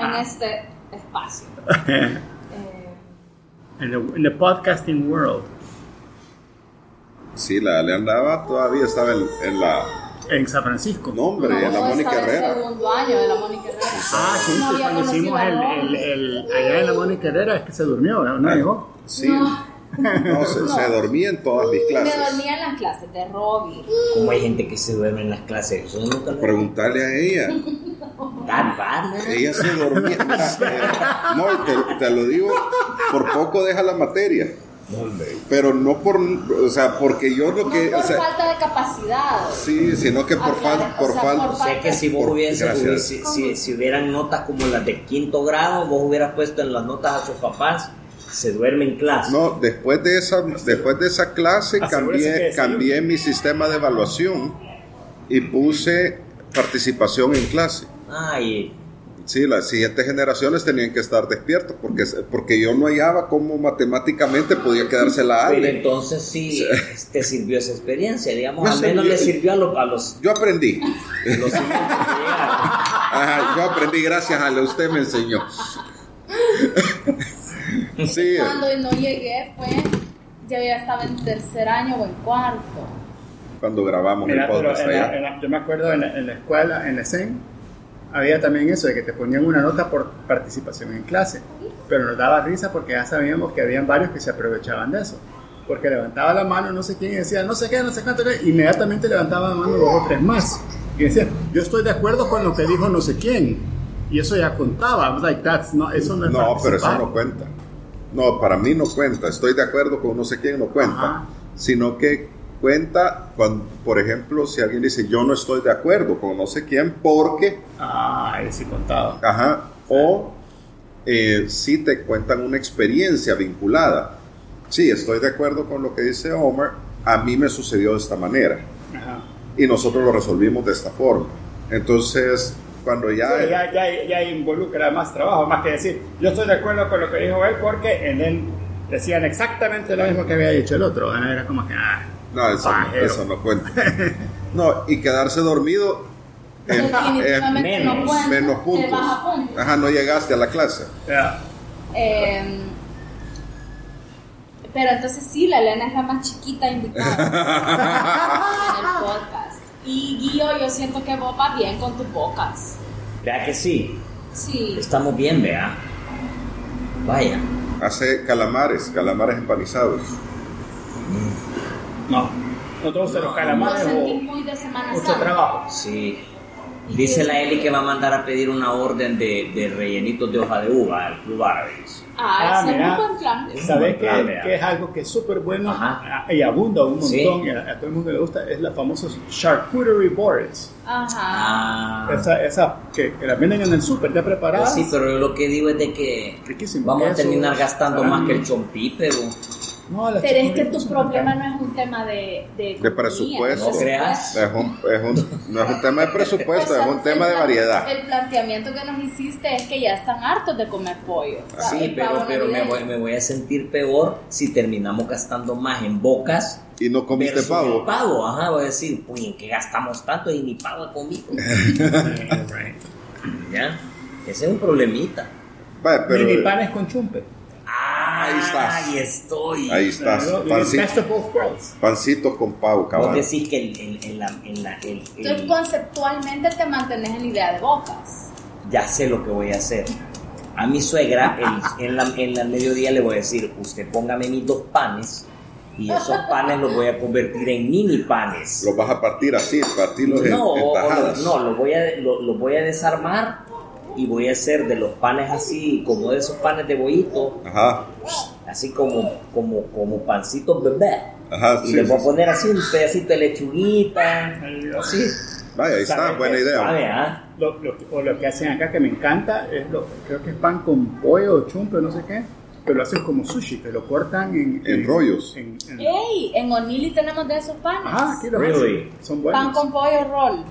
Speaker 4: En este espacio. Eh,
Speaker 2: sí. En the, in the podcasting world,
Speaker 1: Sí, la Lale andaba, todavía estaba en, en la.
Speaker 2: en San Francisco.
Speaker 1: No, hombre, en la
Speaker 4: no,
Speaker 1: Mónica
Speaker 4: estaba en
Speaker 1: Herrera.
Speaker 4: segundo año de la Mónica Herrera.
Speaker 2: Ah, sí,
Speaker 4: No
Speaker 2: que
Speaker 4: había
Speaker 2: cuando
Speaker 4: conocido
Speaker 2: hicimos
Speaker 4: a
Speaker 2: el,
Speaker 4: Lore.
Speaker 2: el, el- allá en la Mónica Herrera es que se durmió, ¿no? No llegó.
Speaker 1: Sí.
Speaker 4: No.
Speaker 1: No, se, se dormía en todas mis
Speaker 4: Me
Speaker 1: clases.
Speaker 4: dormía en las clases de Robbie.
Speaker 3: ¿Cómo hay gente que se duerme en las clases? Eso nunca lo
Speaker 1: Preguntarle a ella.
Speaker 3: That bad, ¿no?
Speaker 1: Ella se dormía. Mira, eh, no, y te, te lo digo, por poco deja la materia.
Speaker 3: No, hombre.
Speaker 1: Pero no por, o sea, porque yo lo
Speaker 4: No
Speaker 1: que,
Speaker 4: por
Speaker 1: o sea,
Speaker 4: falta de capacidad.
Speaker 1: sí, sino que por
Speaker 4: Hablar,
Speaker 1: falta,
Speaker 4: o
Speaker 1: por
Speaker 4: sea,
Speaker 1: falta.
Speaker 4: por-
Speaker 3: Sé que si vos
Speaker 1: Por-
Speaker 3: hubieses,
Speaker 1: gracias.
Speaker 3: hubiese- si, si hubieran notas como las de quinto grado, vos hubieras puesto en las notas a sus papás, se duerme en clase.
Speaker 1: No, después de esa, después de esa clase
Speaker 2: Asegúrese que
Speaker 1: cambié,
Speaker 2: desayune.
Speaker 1: cambié mi sistema de evaluación y puse participación en clase.
Speaker 3: Ay,
Speaker 1: Sí, las siguientes generaciones tenían que estar despiertas porque, porque yo no hallaba cómo matemáticamente podía quedarse la
Speaker 3: pero
Speaker 1: Ale.
Speaker 3: entonces sí te sirvió esa experiencia, digamos,
Speaker 1: Me
Speaker 3: al menos
Speaker 1: sirvió.
Speaker 3: le sirvió a los, a los,
Speaker 1: Yo aprendí.
Speaker 3: a los siguientes que llegaron.
Speaker 1: Ajá, yo aprendí gracias a la usted me enseñó. Sí,
Speaker 4: Cuando no llegué fue, yo ya estaba en tercer año o en cuarto.
Speaker 1: cuando grabamos
Speaker 2: Mira,
Speaker 1: el
Speaker 2: pero
Speaker 1: podcast
Speaker 2: en la-
Speaker 1: allá.
Speaker 2: en la- yo me acuerdo en la, en la escuela, en la SEN, había también eso de que te ponían una nota por participación en clase, pero nos daba risa porque ya sabíamos que habían varios que se aprovechaban de eso, porque levantaba la mano no sé quién y decía no sé qué, no sé cuánto, qué, inmediatamente levantaba la mano dos o tres más y decía yo estoy de acuerdo con lo que dijo no sé quién. Y eso ya contaba, I was like, that's no, eso no es
Speaker 1: No, pero eso
Speaker 2: participar.
Speaker 1: no cuenta. No, para mí no cuenta. Estoy de acuerdo con no sé quién no cuenta.
Speaker 2: Ajá.
Speaker 1: Sino que cuenta cuando, por ejemplo, si alguien dice yo no estoy de acuerdo con no sé quién porque,
Speaker 2: Ah, ese contaba.
Speaker 1: ajá, o eh, si te cuentan una experiencia vinculada. Sí, estoy de acuerdo con lo que dice Homer. A mí me sucedió de esta manera.
Speaker 2: Ajá.
Speaker 1: y nosotros lo resolvimos de esta forma. Entonces, cuando ya...
Speaker 2: Sí, ya, ya, ya involucra más trabajo, más que decir, yo estoy de acuerdo con lo que dijo él porque en él decían exactamente lo mismo que había dicho el otro. Ah, Era como que, ah,
Speaker 1: No, eso, no-
Speaker 2: Pajero.
Speaker 1: eso no cuenta. No, y quedarse dormido Eh,
Speaker 4: Definitivamente
Speaker 3: eh,
Speaker 4: no
Speaker 3: menos,
Speaker 4: cuenta,
Speaker 1: menos
Speaker 4: Te
Speaker 1: puntos.
Speaker 4: baja puntos.
Speaker 1: Ajá, no llegaste a la clase.
Speaker 2: Ya.
Speaker 4: Eh, pero entonces sí, la Elena es la más chiquita invitada al podcast. Y Guillo, yo siento que vos vas bien con tus bocas.
Speaker 3: Vea que sí,
Speaker 4: Sí.
Speaker 3: estamos bien, vea. Vaya,
Speaker 1: Hace calamares, calamares empanizados.
Speaker 2: No. No te gustan los
Speaker 4: Lo
Speaker 2: calamares
Speaker 4: sentís
Speaker 2: o
Speaker 4: muy de Semana
Speaker 2: mucho
Speaker 4: Santa.
Speaker 2: trabajo.
Speaker 3: sí. Dice la Eli que va a mandar a pedir una orden de, de rellenitos de hoja de uva al Club Árabe. dice.
Speaker 4: Ah,
Speaker 2: Ah,
Speaker 4: ese es
Speaker 2: mira.
Speaker 4: un buen plan.
Speaker 3: Es un
Speaker 2: ¿Sabes
Speaker 3: buen plan,
Speaker 2: que,
Speaker 3: vea.
Speaker 2: que es algo que es súper bueno
Speaker 3: Ajá.
Speaker 2: y abunda un montón
Speaker 3: Sí.
Speaker 2: y a, a todo el mundo le gusta? Es la famosa charcuterie boards.
Speaker 4: Ajá.
Speaker 3: Ah,
Speaker 2: Esa, esa que, que la venden en el súper ya preparada.
Speaker 3: pues sí, pero yo lo que digo es de que
Speaker 2: Riquísimo.
Speaker 3: vamos a
Speaker 2: Quesos,
Speaker 3: terminar gastando
Speaker 2: salami.
Speaker 3: más que el chompipe, vos.
Speaker 2: No, las
Speaker 4: Pero es que
Speaker 2: charcuteries
Speaker 4: tu
Speaker 2: son
Speaker 4: problema
Speaker 2: bacanas.
Speaker 4: no es un tema de... De,
Speaker 1: De
Speaker 4: economía,
Speaker 1: presupuesto.
Speaker 3: No creas.
Speaker 1: Es un, es un- no es un tema de presupuesto,
Speaker 4: O sea,
Speaker 1: es un tema
Speaker 4: Pues, el
Speaker 1: de
Speaker 4: plan-
Speaker 1: variedad.
Speaker 4: El planteamiento que nos hiciste es que ya están hartos de comer pollo. O sea,
Speaker 3: Ah, Sí,
Speaker 4: el pavo
Speaker 3: pero, pero me,
Speaker 4: navideño.
Speaker 3: voy, me voy a sentir peor si terminamos gastando más en bocas
Speaker 1: Y no comiste
Speaker 3: versus
Speaker 1: pavo.
Speaker 3: el pavo. Ajá, voy a decir, pues en qué gastamos tanto y ni pavo he comido. ya, ese es un problemita.
Speaker 1: Vale, pero-
Speaker 2: Mini panes con chumpe.
Speaker 3: Ah,
Speaker 1: Ahí estás.
Speaker 3: Ahí estoy.
Speaker 1: ahí estás.
Speaker 2: Claro, y
Speaker 1: Panci-
Speaker 2: best of both worlds.
Speaker 1: pancitos con pavo,
Speaker 3: Vos
Speaker 1: cabrón.
Speaker 3: decís que el, el- en la- en la- el- el-
Speaker 4: Entonces, conceptualmente te mantenés en la idea de bocas.
Speaker 3: ya sé lo que voy a hacer. A mi suegra, el- en, la, en la mediodía le voy a decir, usted póngame mis dos panes y esos panes los voy a convertir en mini panes.
Speaker 1: Los vas a partir así, partirlos en-
Speaker 3: no,
Speaker 1: en,
Speaker 3: o- o lo-
Speaker 1: tajadas.
Speaker 3: no, los voy, a, lo- los voy a desarmar y voy a hacer de los panes así, como de esos panes de bollito,
Speaker 1: Ajá,
Speaker 3: así como, como, como pancitos bebé.
Speaker 1: ajá,
Speaker 3: Y
Speaker 1: sí,
Speaker 3: le
Speaker 1: sí,
Speaker 3: voy a
Speaker 1: sí.
Speaker 3: poner así un pedacito de lechuguita.
Speaker 2: Así.
Speaker 1: Vaya, ahí está,
Speaker 2: ¿Sabes
Speaker 1: buena
Speaker 2: qué?
Speaker 1: idea.
Speaker 3: Sabe, ah?
Speaker 2: Lo, lo- o lo que hacen acá que me encanta es lo creo que es pan con pollo o chumpe o no sé qué pero lo hacen como sushi que lo cortan en,
Speaker 1: En rollos.
Speaker 2: en-
Speaker 3: Mm.
Speaker 2: en-
Speaker 4: ¡Ey! En O'Neill tenemos de esos panes.
Speaker 3: Ah,
Speaker 2: ajá aquí lo hacen.
Speaker 3: Really?
Speaker 2: son buenos
Speaker 4: pan con pollo roll.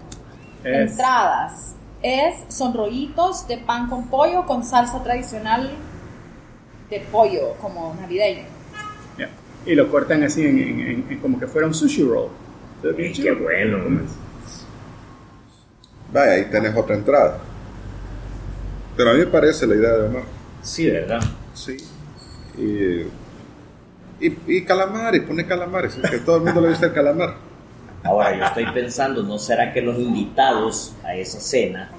Speaker 2: Es-
Speaker 4: Entradas. Es, son rollitos de pan con pollo con salsa tradicional de pollo, como navideño.
Speaker 2: ya. y lo cortan así en, en- en- en como que fuera un sushi roll Entonces, bien
Speaker 3: Ey, qué
Speaker 2: chido.
Speaker 3: bueno, man.
Speaker 1: Vaya, ahí tenés otra entrada. Pero a mí me parece la idea de Omar.
Speaker 3: Sí, ¿verdad?
Speaker 1: Sí. Y, y, y calamares, pone calamares. es que todo el mundo le gusta el calamar.
Speaker 3: Ahora, yo estoy pensando, ¿no será que los invitados a esa cena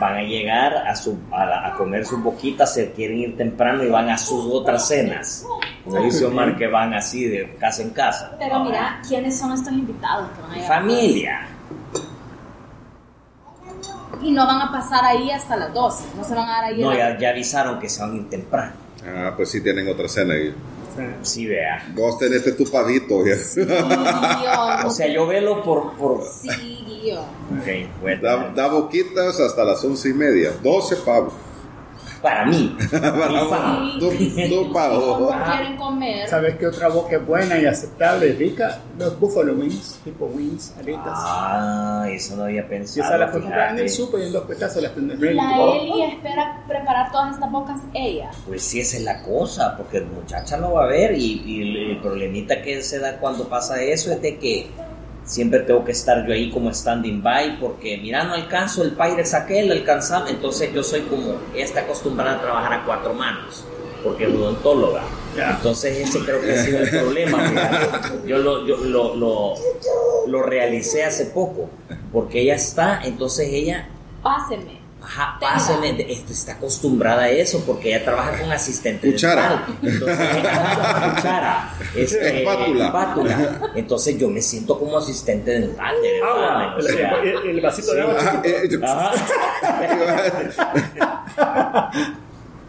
Speaker 3: van a llegar a, su, a, la- a comer sus boquitas, se quieren ir temprano y van a sus otras cenas? Como dice Omar, que van así de casa en casa.
Speaker 4: Pero mira, ¿quiénes son estos invitados que van a llegar?
Speaker 3: Familia.
Speaker 4: Y no van a pasar ahí hasta las 12. No se van a dar ahí.
Speaker 3: No,
Speaker 4: en la-
Speaker 3: ya, ya avisaron que se van a ir temprano.
Speaker 1: Ah, pues sí tienen otra cena ahí.
Speaker 3: Sí, vea.
Speaker 1: Vos tenés este tu pavito. ya.
Speaker 4: Guión,
Speaker 3: O sea, yo velo por... por... Ok,
Speaker 4: Sí, guión.
Speaker 3: voy a
Speaker 1: Da,
Speaker 3: tener-
Speaker 1: da boquitas hasta las once y media. Doce pavos.
Speaker 3: Para mí.
Speaker 1: Para
Speaker 3: Mi fan.
Speaker 1: Tú- tú pa' vos.
Speaker 4: no quieren comer.
Speaker 2: sabes qué otra boca es buena y aceptable y rica los buffalo wings tipo wings alitas
Speaker 3: Ah, eso no había
Speaker 2: si
Speaker 3: pensado.
Speaker 2: esa la puedes comprar en
Speaker 3: fíjate.
Speaker 2: el súper y en dos petazos las tendrás ready
Speaker 4: La
Speaker 2: to go.
Speaker 4: Eli espera preparar todas estas bocas ella.
Speaker 3: Pues sí, esa es la cosa, porque el muchacha no va a ver y, y el- el problemita que se da cuando pasa eso es de que siempre tengo que estar yo ahí como standing by porque mira, no alcanzo el Pyrex aquel, alcanzamos, entonces yo soy como, ella está acostumbrada a trabajar a cuatro manos, porque es odontóloga.
Speaker 2: Ya.
Speaker 3: Entonces ese creo que ha sido el problema. fíjate. Yo, lo, yo lo, lo- lo realicé hace poco, porque ella está, entonces ella
Speaker 4: Páseme.
Speaker 3: Ajá,
Speaker 4: Tenga.
Speaker 3: páseme, de- esto está acostumbrada a eso porque ella trabaja con asistente
Speaker 1: Cuchara.
Speaker 3: dental. Entonces, ajá, cuchara, este,
Speaker 1: Espátula.
Speaker 3: espátula. Entonces yo me siento como asistente dental, de
Speaker 2: Ah,
Speaker 3: verdad.
Speaker 2: Agua,
Speaker 3: o sea,
Speaker 2: el, el- el vasito de agua
Speaker 1: Ah, eh, yo-
Speaker 3: ajá.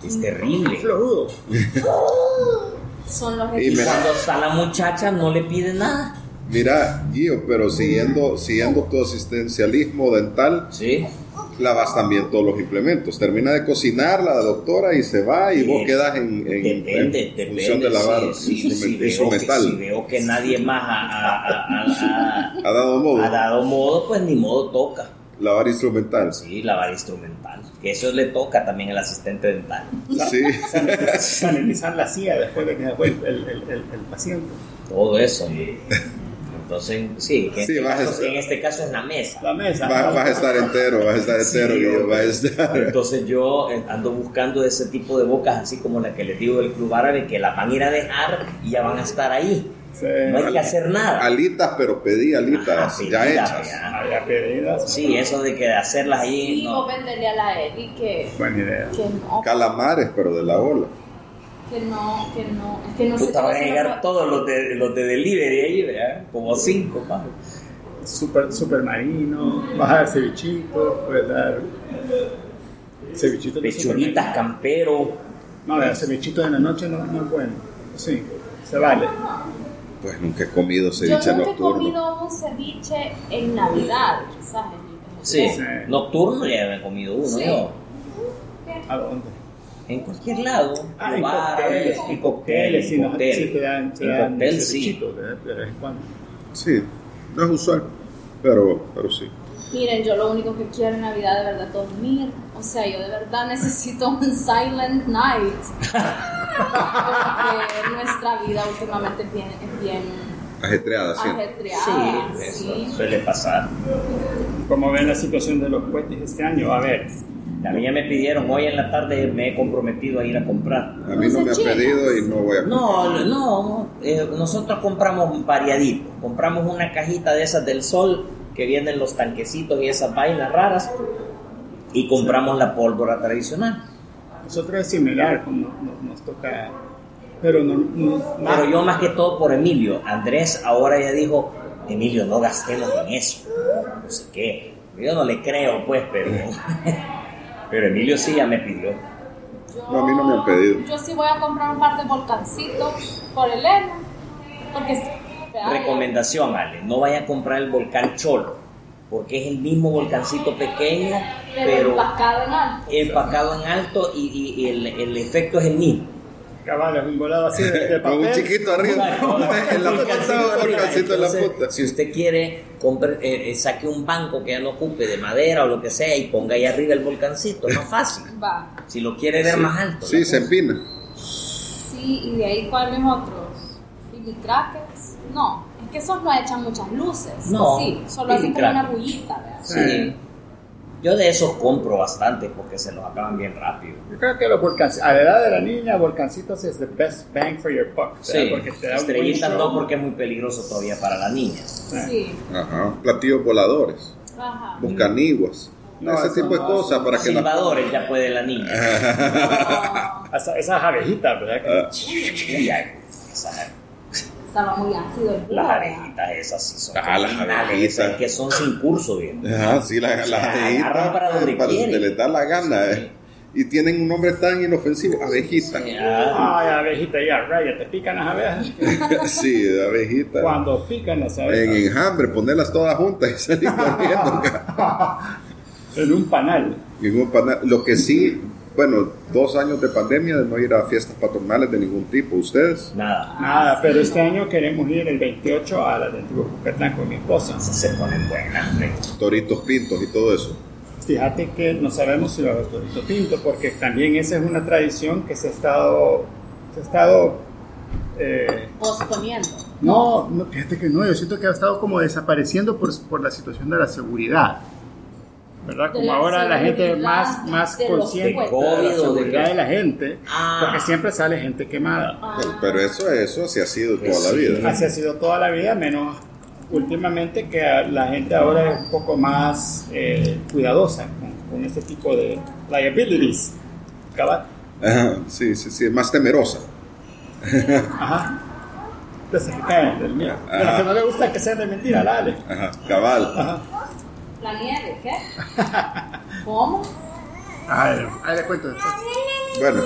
Speaker 3: es terrible.
Speaker 2: florudo
Speaker 4: Son los
Speaker 1: Y
Speaker 3: Y
Speaker 1: me-
Speaker 3: cuando está la muchacha no le pide nada.
Speaker 1: Mira, Gio, pero siguiendo, siguiendo tu asistencialismo dental,
Speaker 3: Sí.
Speaker 1: lavas también todos los implementos. Termina de cocinar la doctora y se va y vos
Speaker 3: Eh,
Speaker 1: quedas en, en-
Speaker 3: depende,
Speaker 1: en
Speaker 3: depende.
Speaker 1: función de lavar
Speaker 3: sí, sí,
Speaker 1: instrumen-
Speaker 3: sí, veo que,
Speaker 1: instrumental.
Speaker 3: si veo que nadie más ha- ha- ha- ha-
Speaker 1: Ha dado modo.
Speaker 3: ha dado modo, pues ni modo toca.
Speaker 1: Lavar instrumental.
Speaker 3: pues Sí, lavar instrumental. Que eso le toca también al asistente dental.
Speaker 1: Sí.
Speaker 2: sanitizar la silla después de que se fue el, el- el- el- el paciente.
Speaker 3: Todo eso. Entonces, sí, que en,
Speaker 1: Sí,
Speaker 3: este
Speaker 1: vas a
Speaker 3: caso-
Speaker 1: estar-
Speaker 3: en este caso es la mesa.
Speaker 2: La mesa.
Speaker 1: Va- vas a estar entero, vas a estar
Speaker 3: Sí,
Speaker 1: entero, Guido,
Speaker 3: hombre.
Speaker 1: vas a estar.
Speaker 3: Entonces yo eh, ando buscando ese tipo de bocas, así como la que les digo del club árabe, que la van a ir a dejar y ya van a estar ahí.
Speaker 2: Sí.
Speaker 3: No hay que hacer nada.
Speaker 1: Alitas, pero pedí alitas
Speaker 3: Ajá, Ah, sí,
Speaker 1: ya
Speaker 3: mira,
Speaker 1: hechas.
Speaker 3: ya.
Speaker 2: Había pedidas.
Speaker 3: Sí, eso de que hacerlas ahí.
Speaker 4: Sí,
Speaker 3: no.
Speaker 4: vos venderle a la Eli que,
Speaker 2: Buena idea.
Speaker 4: que no,
Speaker 1: Calamares, pero de la ola.
Speaker 4: que no, que no, es que no
Speaker 3: Puta, van a
Speaker 4: se
Speaker 3: llegar todos los de, los de delivery ahí, ¿verdad? Como cinco, más.
Speaker 2: Super, super marino. Vas a dar cevichito. Puedes dar. Cevichito de
Speaker 3: Pechuritas, campero.
Speaker 2: supermercado. No, el cevichito en la noche no, no es bueno. Sí, se vale.
Speaker 1: Pues nunca he comido
Speaker 4: Yo
Speaker 1: ceviche
Speaker 4: nunca he
Speaker 1: nocturno.
Speaker 4: comido un ceviche en Navidad, quizás.
Speaker 3: Sí,
Speaker 2: Sí.
Speaker 3: nocturno ya me he comido uno,
Speaker 4: Sí.
Speaker 3: yo.
Speaker 2: ¿A dónde?
Speaker 3: En cualquier lado.
Speaker 2: Ah,
Speaker 3: en
Speaker 2: en cócteles, en cócteles, sí,
Speaker 3: en
Speaker 2: no,
Speaker 3: cóctel.
Speaker 2: sí te dan, te
Speaker 3: En
Speaker 2: dan
Speaker 3: cóctel, sí.
Speaker 2: cevichito de, de vez en cuando.
Speaker 1: Sí, no es usual, pero, pero sí.
Speaker 4: Miren, yo lo único que quiero en Navidad de verdad es dormir. O sea, yo de verdad necesito un silent night. Porque nuestra vida últimamente es bien, es bien
Speaker 1: Ajetreada, sí.
Speaker 4: ajetreada.
Speaker 3: Sí,
Speaker 4: Ah, Sí.
Speaker 3: eso suele pasar.
Speaker 2: ¿Cómo ven la situación de los cohetes este año? A ver,
Speaker 3: A mí ya me pidieron, hoy en la tarde me he comprometido a ir a comprar.
Speaker 1: A mí no me ha
Speaker 4: Dulce chino.
Speaker 1: pedido y no voy a
Speaker 3: No, no, eh, nosotros compramos variadito. Compramos una cajita de esas del sol que vienen los tanquecitos y esas vainas raras y compramos la pólvora tradicional.
Speaker 2: nosotros es similar, como no- no- nos toca, pero no, no- más-
Speaker 3: Pero yo más que todo por Emilio. Andrés ahora ya dijo, Emilio, no gastemos en eso. No sé qué. Yo no le creo, pues, pero... Pero Emilio sí ya me pidió.
Speaker 4: Yo-
Speaker 1: No, a mí no me han pedido.
Speaker 4: Yo sí voy a comprar un par de volcancitos por Elena. Porque es-
Speaker 3: Recomendación, Ale, no vaya a comprar el volcán Cholo, porque es el mismo volcancito pequeño,
Speaker 4: Pero
Speaker 3: pero
Speaker 4: empacado en alto.
Speaker 3: empacado en alto y, y- y el, el efecto es el mismo.
Speaker 2: cabal, es un volado así de, de
Speaker 1: Con un
Speaker 2: papel.
Speaker 1: chiquito arriba. en la puta, un calcito en la
Speaker 3: Entonces,
Speaker 1: puta.
Speaker 3: Si usted quiere, compre- eh, eh, saque un banco que ya no ocupe de madera o lo que sea y ponga ahí arriba el volcancito, más fácil.
Speaker 4: Va.
Speaker 3: Si lo quiere ver más alto.
Speaker 1: Sí,
Speaker 3: la
Speaker 1: se
Speaker 3: cosa.
Speaker 1: empina.
Speaker 4: Sí, y de ahí cuáles otros. Billy Crackers. No, es que esos no echan muchas luces.
Speaker 3: No,
Speaker 4: Sí, solo
Speaker 3: Billy
Speaker 4: hacen como una
Speaker 3: Crackers.
Speaker 4: bullita, ¿verdad?
Speaker 3: Sí. Yo de esos compro bastante porque se los acaban bien rápido.
Speaker 2: Yo creo que los volcancitos, a la edad de la niña, volcancitos es the best bang for your buck. ¿verdad?
Speaker 3: Sí,
Speaker 2: porque te da un buen
Speaker 3: estrellitas
Speaker 2: show.
Speaker 3: no porque es muy peligroso todavía para la niña.
Speaker 4: Sí.
Speaker 1: Ajá. Platillos voladores,
Speaker 3: Ah,
Speaker 4: Ajá.
Speaker 1: buscaniguas,
Speaker 2: No,
Speaker 1: ese
Speaker 2: eso
Speaker 1: tipo de
Speaker 2: no,
Speaker 1: cosas para que la.
Speaker 3: Silbadores ya puede la niña.
Speaker 4: No,
Speaker 2: Esa- Esas abejitas, ¿verdad? Que-
Speaker 1: Ah,
Speaker 3: Y ya, esas-
Speaker 4: estaba muy ácido el
Speaker 3: las
Speaker 4: jugo, ¿verdad?
Speaker 3: abejitas esas sí son
Speaker 1: Ah, las
Speaker 3: criminales,
Speaker 1: abejitas.
Speaker 3: esas que son sin curso, bien.
Speaker 1: Ajá, sí, la- eh, las
Speaker 3: O sea,
Speaker 1: abejitas.
Speaker 3: agarran para donde quieren.
Speaker 1: les da la gana,
Speaker 3: Sí.
Speaker 1: eh. Y tienen un nombre tan inofensivo, abejita.
Speaker 3: Ya,
Speaker 2: Ay, abejita, ya, raya, te pican las abejas.
Speaker 1: Sí, abejita.
Speaker 2: Cuando pican las
Speaker 1: En
Speaker 2: abejas,
Speaker 1: enjambre, ponerlas todas juntas y salir corriendo.
Speaker 2: en un panal.
Speaker 1: Ningún pana- Lo que sí, bueno, dos años de pandemia de no ir a fiestas patronales de ningún tipo. ¿Ustedes?
Speaker 3: Nada,
Speaker 2: Nada, pero este año queremos ir el 28 a la de Antiguo Cucatán con mi esposa.
Speaker 3: esas se ponen buenas, hombre.
Speaker 1: Toritos pintos y todo eso.
Speaker 2: Fíjate que no sabemos si va a haber torito pinto, porque también esa es una tradición que se ha estado. Se ha estado eh,
Speaker 4: Posponiendo.
Speaker 2: no, no, fíjate que no, yo siento que ha estado como desapareciendo por, por la situación de la seguridad. ¿Verdad?
Speaker 4: De
Speaker 2: Como
Speaker 4: la
Speaker 2: ahora la gente es
Speaker 4: seguridad,
Speaker 2: más, más
Speaker 4: de los
Speaker 2: consciente de
Speaker 3: cuerpos.
Speaker 2: la
Speaker 3: De COVID o de
Speaker 2: seguridad
Speaker 3: qué.
Speaker 2: de la gente,
Speaker 3: Ah.
Speaker 2: porque siempre sale gente quemada.
Speaker 4: Ah,
Speaker 1: Bueno, Pero eso, eso sí ha sido toda la
Speaker 3: Sí.
Speaker 1: vida.
Speaker 2: Así ha sido toda la vida, menos últimamente que la gente ahora es un poco más eh, cuidadosa con, con este tipo de liabilities. Cabal.
Speaker 1: Ajá, sí, sí, sí, más temerosa.
Speaker 2: Ajá. Entonces, se caen del miedo. De las que no le gusta que sean de mentira, dale.
Speaker 1: Ajá, cabal.
Speaker 2: Ajá.
Speaker 4: La nieve, ¿qué? ¿Cómo?
Speaker 2: ahí le cuento después.
Speaker 1: Bueno,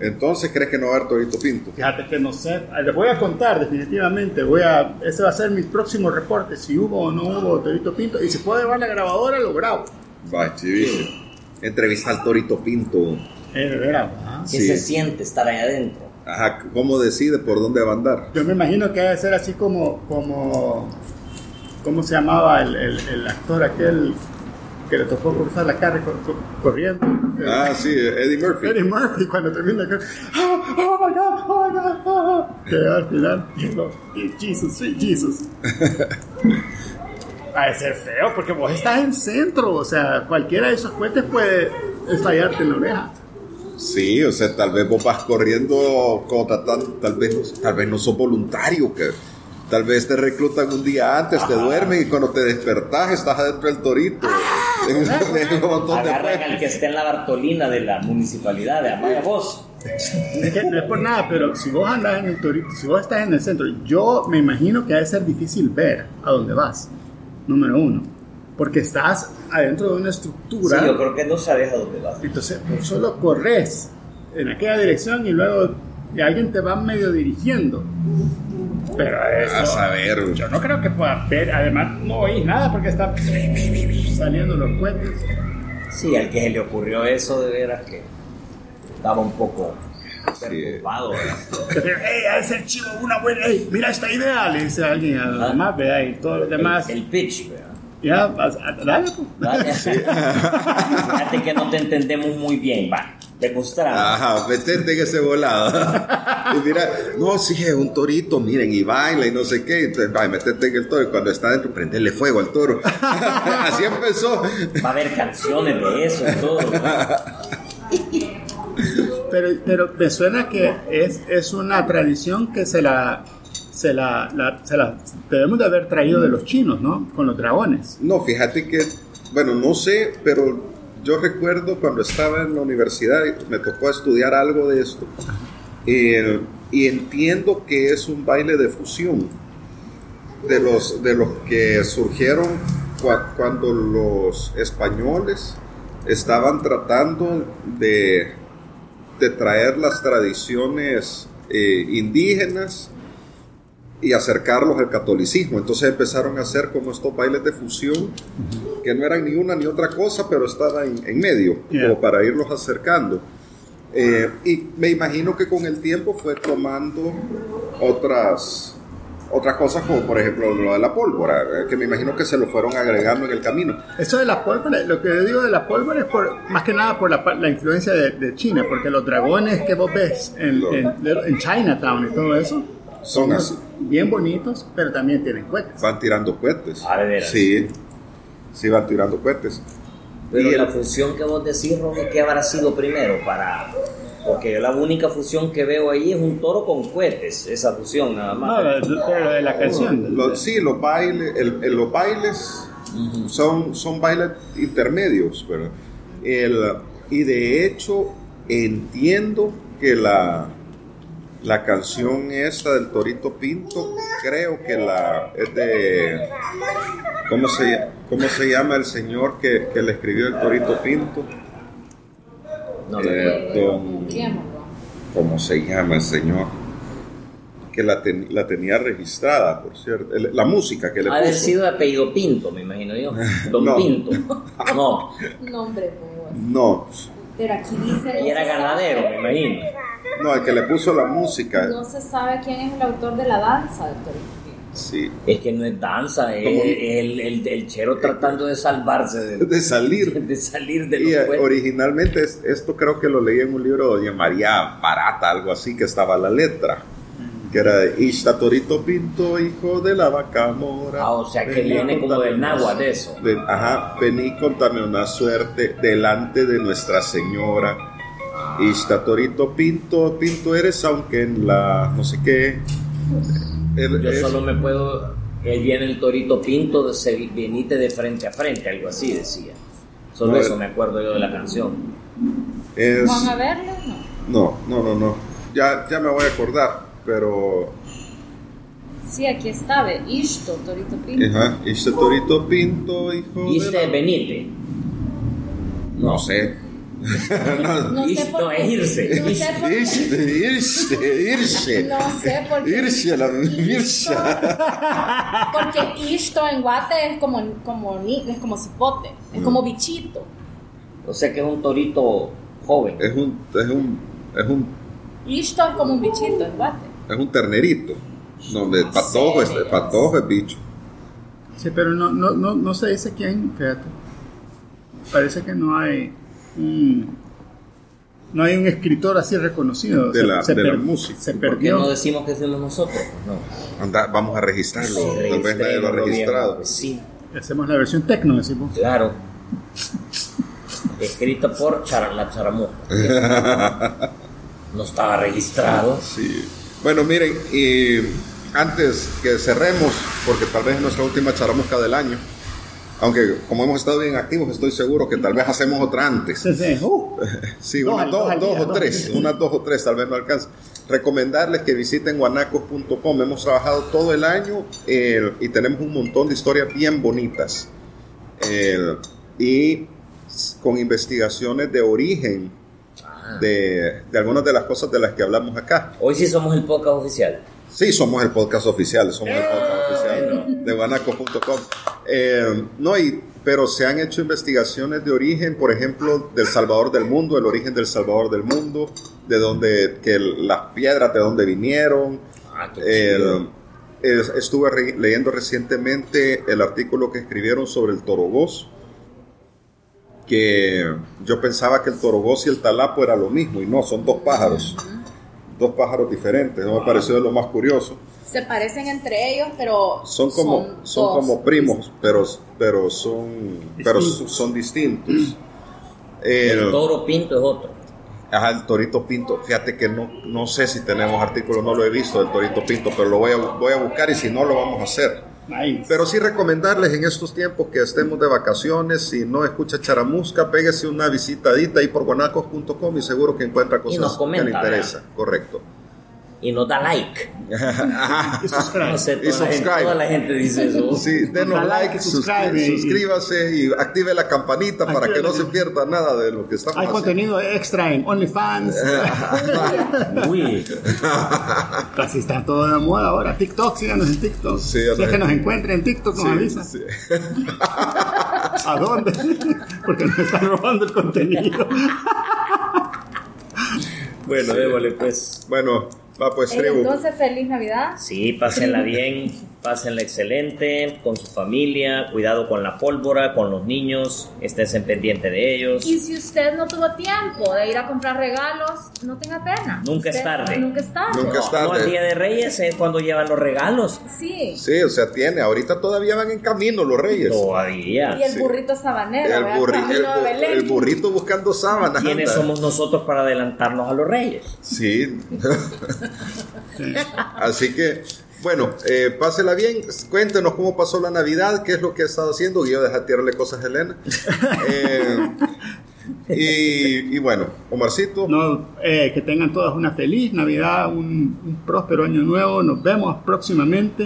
Speaker 1: entonces crees que no va a haber torito pinto.
Speaker 2: Fíjate que no sé, Ah, les voy a contar definitivamente, voy a, ese va a ser mi próximo reporte, si hubo o no hubo Torito Pinto, y si puedo llevar la grabadora, lo grabo.
Speaker 1: Va, chivísimo. Entrevista al torito pinto.
Speaker 2: Eh, de veras, ajá.
Speaker 3: ¿Qué
Speaker 1: Sí.
Speaker 3: se siente estar ahí adentro?
Speaker 1: Ajá, ¿cómo decide por dónde va a andar?
Speaker 2: Yo me imagino que debe ser así como, como, ¿cómo se llamaba el, el- el actor aquel que le tocó cruzar la calle cor- cor- corriendo? El-
Speaker 1: Ah, sí, Eddie Murphy.
Speaker 2: Eddie Murphy cuando termina con, "Ah, oh, my god, oh my god, oh, oh". que al final, no, Jesus, sweet Jesus. Va a ser feo porque vos estás en centro, o sea, cualquiera de esos puentes puede estallarte en la oreja.
Speaker 1: Sí, o sea, tal vez vos vas corriendo, como tal, tal vez, no- tal vez no sos voluntario, que tal vez te reclutan un día antes, te duermen y cuando te despertás estás adentro del torito. en un, en un montón de
Speaker 3: Agarran al que esté en la Bartolina de la municipalidad de Amaya Vos.
Speaker 2: Es que no es por nada, pero si vos andás en el torito, si vos estás en el centro, yo me imagino que ha de ser difícil ver a dónde vas. Número uno, porque estás adentro de una
Speaker 3: Sí,
Speaker 2: estructura.
Speaker 3: yo creo que no sabes a dónde vas.
Speaker 2: Entonces, vos solo corres en aquella dirección y luego alguien te va medio dirigiendo. Pero
Speaker 1: A
Speaker 3: Ah,
Speaker 2: eso,
Speaker 1: saber,
Speaker 2: yo no creo que puedas ver. Además, no oís nada porque está saliendo los cuentos.
Speaker 3: Sí, al que se le ocurrió eso, de veras que estaba un poco preocupado. ¿verdad?
Speaker 2: ¡Ey, a ese chivo, una buena! ey, mira esta idea! Le dice alguien a los
Speaker 3: Ah.
Speaker 2: demás, vea, y todos los demás.
Speaker 3: El, el pitch, ¿verdad?
Speaker 2: Ya, vas- a- dale, pues.
Speaker 3: Dale. Fíjate que no te entendemos muy bien, va. Te gustará.
Speaker 1: Ajá, metete en ese volado. Y mira, no, sí, es un torito, miren, y baila y no sé qué. Entonces, va, metete en el toro. Y cuando está dentro, prenderle fuego al toro. Así empezó.
Speaker 3: Va a haber canciones de eso y todo. ¿verdad?
Speaker 2: Pero, pero me suena que es, es una tradición que se la, se la, la- se la debemos de haber traído de los chinos, ¿no? Con los dragones.
Speaker 1: No, fíjate que, bueno, no sé, pero yo recuerdo cuando estaba en la universidad, y me tocó estudiar algo de esto. Eh, y entiendo que es un baile de fusión de los, de los que surgieron cua- cuando los españoles estaban tratando de, de traer las tradiciones eh, indígenas y acercarlos al catolicismo. Entonces empezaron a hacer como estos bailes de fusión, que no eran ni una ni otra cosa, pero estaban en, en medio,
Speaker 2: Yeah.
Speaker 1: como para irlos acercando. Eh, y me imagino que con el tiempo fue tomando otras, otras cosas, como por ejemplo lo de la pólvora, eh, que me imagino que se lo fueron agregando en el camino.
Speaker 2: Eso de la pólvora, lo que yo digo de la pólvora es por, más que nada por la, pa- la influencia de, de China, porque los dragones que vos ves en, en, en Chinatown y todo eso
Speaker 1: Son así.
Speaker 2: bien bonitos, pero también tienen cuetas.
Speaker 1: Van tirando cohetes.
Speaker 3: Ah, ¿de veras?
Speaker 1: Sí, sí, van tirando cohetes.
Speaker 3: Pero
Speaker 1: Y el-
Speaker 3: la fusión que vos decís, Roque, ¿qué habrá sido primero para...? Porque yo la única fusión que veo ahí es un toro con cohetes, esa fusión nada
Speaker 2: No,
Speaker 3: más.
Speaker 1: eh,
Speaker 2: lo- lo- pero lo de la canción.
Speaker 1: Lo- sí, los bailes, el- el- los bailes son, son bailes intermedios, ¿verdad? El- y de hecho, entiendo que la, la canción esta del Torito Pinto, creo que la es de. ¿Cómo se, cómo se llama el señor que, que le escribió el Torito Pinto?
Speaker 3: No, recuerdo.
Speaker 1: Eh, don- ¿Cómo se llama el señor? Que la, ten- la tenía registrada, por cierto. El- la música que le
Speaker 3: Ha de haber
Speaker 1: puso.
Speaker 3: sido de apellido Pinto, me imagino yo. Don
Speaker 1: No.
Speaker 3: Pinto. No,
Speaker 4: Nombre, pues.
Speaker 1: No,
Speaker 4: Pero aquí dice.
Speaker 3: y era ganadero, me imagino.
Speaker 1: no, el que le puso la música.
Speaker 4: No se sabe quién es el autor de la danza del Torito.
Speaker 1: Sí.
Speaker 3: Es que no es danza, es
Speaker 1: ¿Cómo?
Speaker 3: el, el- el chero tratando de salvarse, de,
Speaker 1: De salir.
Speaker 3: de salir de
Speaker 1: Y
Speaker 3: los
Speaker 1: eh,
Speaker 3: cuerpos.
Speaker 1: originalmente es- esto creo que lo leí en un libro de Doña María Barata, algo así, que estaba la letra.
Speaker 3: Mm.
Speaker 1: Que era de Ishta Torito Pinto, hijo de la vaca mora.
Speaker 3: Ah, o sea que
Speaker 1: Vení,
Speaker 3: viene como
Speaker 1: contame
Speaker 3: del
Speaker 1: una
Speaker 3: náhuatl eso.
Speaker 1: De- ajá, vení, contame una suerte delante de Nuestra Señora.
Speaker 3: Ah.
Speaker 1: Ishta Torito Pinto, Pinto eres, aunque en la no sé qué. El-
Speaker 3: Yo
Speaker 1: es-
Speaker 3: solo me puedo. Él viene el torito pinto, de se- venite de frente a frente, algo así decía. Solo
Speaker 1: No,
Speaker 3: eso
Speaker 1: eh.
Speaker 3: me acuerdo yo de la canción.
Speaker 1: es-
Speaker 4: ¿Van a verlo? No.
Speaker 1: No, no, no, no. Ya, ya me voy a acordar, pero.
Speaker 4: Sí, aquí está, ve. Isto, Torito Pinto.
Speaker 1: Ajá. Este torito pinto, hijo. de
Speaker 3: Iste
Speaker 1: la-
Speaker 3: venite.
Speaker 1: No sé. no.
Speaker 4: No sé
Speaker 3: Isto
Speaker 4: por qué.
Speaker 3: es irse.
Speaker 4: No sé por qué.
Speaker 1: Irse, irse, irse.
Speaker 4: No sé por qué.
Speaker 1: Irse a la
Speaker 4: Isto-
Speaker 1: mirsa.
Speaker 4: Porque isto en guate es como, como, ni- es como cipote, es
Speaker 1: Mm.
Speaker 4: como bichito.
Speaker 3: O sea que es un torito joven.
Speaker 1: Es un, es un, es un,
Speaker 4: Isto es como un bichito en guate.
Speaker 1: es un ternerito. Donde el patojo es, el patojo es bicho.
Speaker 2: Sí, pero no, no, no, no se dice quién, fíjate. Parece que no hay un, No hay un escritor así reconocido.
Speaker 1: De
Speaker 2: se,
Speaker 1: la-
Speaker 2: se
Speaker 1: de la
Speaker 2: per-
Speaker 1: música.
Speaker 2: se
Speaker 3: ¿Por qué
Speaker 2: perdió.
Speaker 3: no decimos que fuimos nosotros? No.
Speaker 1: Anda, vamos a registrarlo.
Speaker 3: Sí,
Speaker 1: Tal vez nadie lo ha
Speaker 3: registrémoslo bien,
Speaker 1: registrado.
Speaker 3: pues Sí,
Speaker 2: Hacemos la versión tecno, decimos.
Speaker 3: claro. Escrito por Char- la charamuja. No estaba registrado.
Speaker 1: Sí. Bueno, miren, y antes que cerremos, porque tal vez es nuestra última charamusca del año, aunque como hemos estado bien activos, estoy seguro que tal vez hacemos otra antes.
Speaker 2: Sí, sí. Uh,
Speaker 1: Sí,
Speaker 2: Dos
Speaker 1: unas
Speaker 2: al-
Speaker 1: dos,
Speaker 2: dos al
Speaker 1: dos
Speaker 2: día,
Speaker 1: o
Speaker 2: dos al
Speaker 1: tres,
Speaker 2: día.
Speaker 1: unas dos o tres, tal vez no alcance. Recomendarles que visiten guanacos.com. Hemos trabajado todo el año eh, y tenemos un montón de historias bien bonitas. Eh, y s- con investigaciones de origen
Speaker 2: Ah.
Speaker 1: de, de algunas de las cosas de las que hablamos acá.
Speaker 3: Hoy sí somos el podcast oficial.
Speaker 1: Sí, somos el podcast oficial, somos el podcast oficial de guanaco.com. Eh, no, y, pero se han hecho investigaciones de origen, por ejemplo, del Salvador del Mundo, el origen del Salvador del Mundo, de donde, que el- las piedras de donde vinieron.
Speaker 3: Ah, qué chido.
Speaker 1: El- Eh, es- estuve re- leyendo recientemente el artículo que escribieron sobre el torobos, que yo pensaba que el torobos y el talapo era lo mismo, y no, son dos pájaros, dos pájaros diferentes, eso me pareció de lo más curioso.
Speaker 4: Se parecen entre ellos, pero
Speaker 1: Son como, son,
Speaker 4: dos.
Speaker 1: como primos, pero, pero, son, pero
Speaker 2: Distintos.
Speaker 1: son distintos.
Speaker 3: El,
Speaker 1: El,
Speaker 3: toro pinto es otro.
Speaker 1: ajá, el Torito Pinto, fíjate que no, no sé si tenemos artículo, no lo he visto del Torito Pinto, pero lo voy a, voy a buscar y si no lo vamos a hacer.
Speaker 2: nice.
Speaker 1: Pero sí recomendarles en estos tiempos que estemos de vacaciones, si no escucha charamusca, pégase una visitadita ahí por guanacos.com y seguro que encuentra
Speaker 3: Y nos
Speaker 1: cosas
Speaker 3: comenta,
Speaker 1: que le interesan. Correcto.
Speaker 3: Y nos da like. No sé,
Speaker 1: Y
Speaker 3: toda, la gente,
Speaker 1: subscribe.
Speaker 3: toda la gente dice eso.
Speaker 1: Sí, denos
Speaker 2: Da like,
Speaker 1: like,
Speaker 2: subscribe
Speaker 1: suscri-
Speaker 2: y-
Speaker 1: suscríbase y active la campanita para
Speaker 2: Activa
Speaker 1: que no
Speaker 2: la
Speaker 1: se
Speaker 2: cam-
Speaker 1: pierda nada de lo que estamos
Speaker 2: Hay
Speaker 1: haciendo.
Speaker 2: contenido extra en OnlyFans.
Speaker 3: Uy,
Speaker 2: Así está todo de moda ahora. TikTok, síganos en TikTok.
Speaker 1: Sí,
Speaker 2: si es
Speaker 1: hombre.
Speaker 2: que nos encuentren en TikTok, nos avisa.
Speaker 1: Sí, sí.
Speaker 2: ¿A dónde? Porque nos están robando el contenido.
Speaker 3: bueno, démosle pues.
Speaker 1: Bueno, va pues
Speaker 4: Ey,
Speaker 1: tribu.
Speaker 4: Eh, Entonces, feliz Navidad.
Speaker 3: Sí, pásenla bien, pásenla excelente, con su familia, cuidado con la pólvora, con los niños, esténse pendiente de ellos.
Speaker 4: Y si usted no tuvo tiempo de ir a comprar regalos, no tenga pena.
Speaker 3: Nunca es
Speaker 4: Usted-
Speaker 3: tarde.
Speaker 4: Nunca es tarde.
Speaker 1: Nunca es tarde.
Speaker 3: No, el día de Reyes es cuando llevan los regalos.
Speaker 4: Sí.
Speaker 1: Sí, o sea, tiene. Ahorita todavía van en camino los reyes.
Speaker 4: Y
Speaker 3: Todavía.
Speaker 4: el
Speaker 1: Sí.
Speaker 4: burrito sabanero.
Speaker 1: El,
Speaker 4: Eh, ¿verdad?
Speaker 1: burri-
Speaker 4: Camino
Speaker 1: el
Speaker 4: a
Speaker 1: bu-
Speaker 4: Belén.
Speaker 1: el burrito buscando sábanas.
Speaker 3: ¿Quiénes
Speaker 1: anda.
Speaker 3: somos nosotros para adelantarnos a los Reyes?
Speaker 1: Sí. Así que, bueno, eh, pásela bien. Cuéntenos cómo pasó la Navidad, qué es lo que ha estado haciendo. Guillo, deja de tirarle cosas a Elena. Eh, y, y bueno, Omarcito.
Speaker 2: No, eh, que tengan todas una feliz Navidad, un, un próspero año nuevo. Nos vemos próximamente.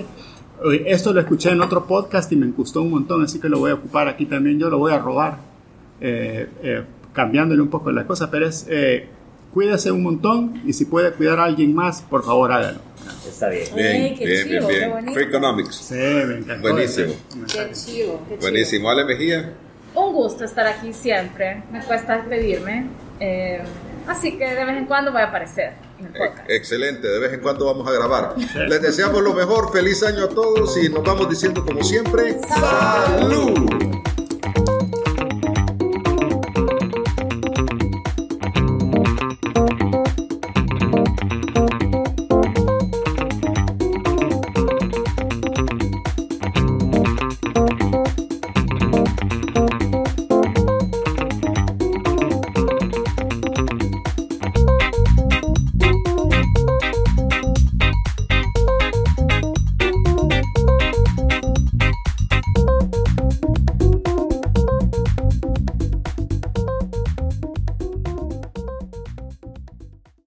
Speaker 2: Eh, Esto lo escuché en otro podcast y me gustó un montón, así que lo voy a ocupar aquí también. Yo lo voy a robar, eh, eh, cambiándole un poco las cosas, pero es eh, cuídese un montón y si puede cuidar a alguien más, por favor hágalo.
Speaker 3: Está bien.
Speaker 4: Ey, qué chivo, qué bonito.
Speaker 1: Free Economics.
Speaker 2: Sí, me encantó.
Speaker 1: Buenísimo.
Speaker 4: Qué chivo, qué chivo.
Speaker 1: Buenísimo. Ale Mejía.
Speaker 4: Un gusto estar aquí siempre. Me cuesta despedirme. eh, así que de vez en cuando voy a aparecer en el podcast.
Speaker 1: e- Excelente, de vez en cuando vamos a grabar. Les deseamos lo mejor, feliz año a todos y nos vamos diciendo como siempre, salud.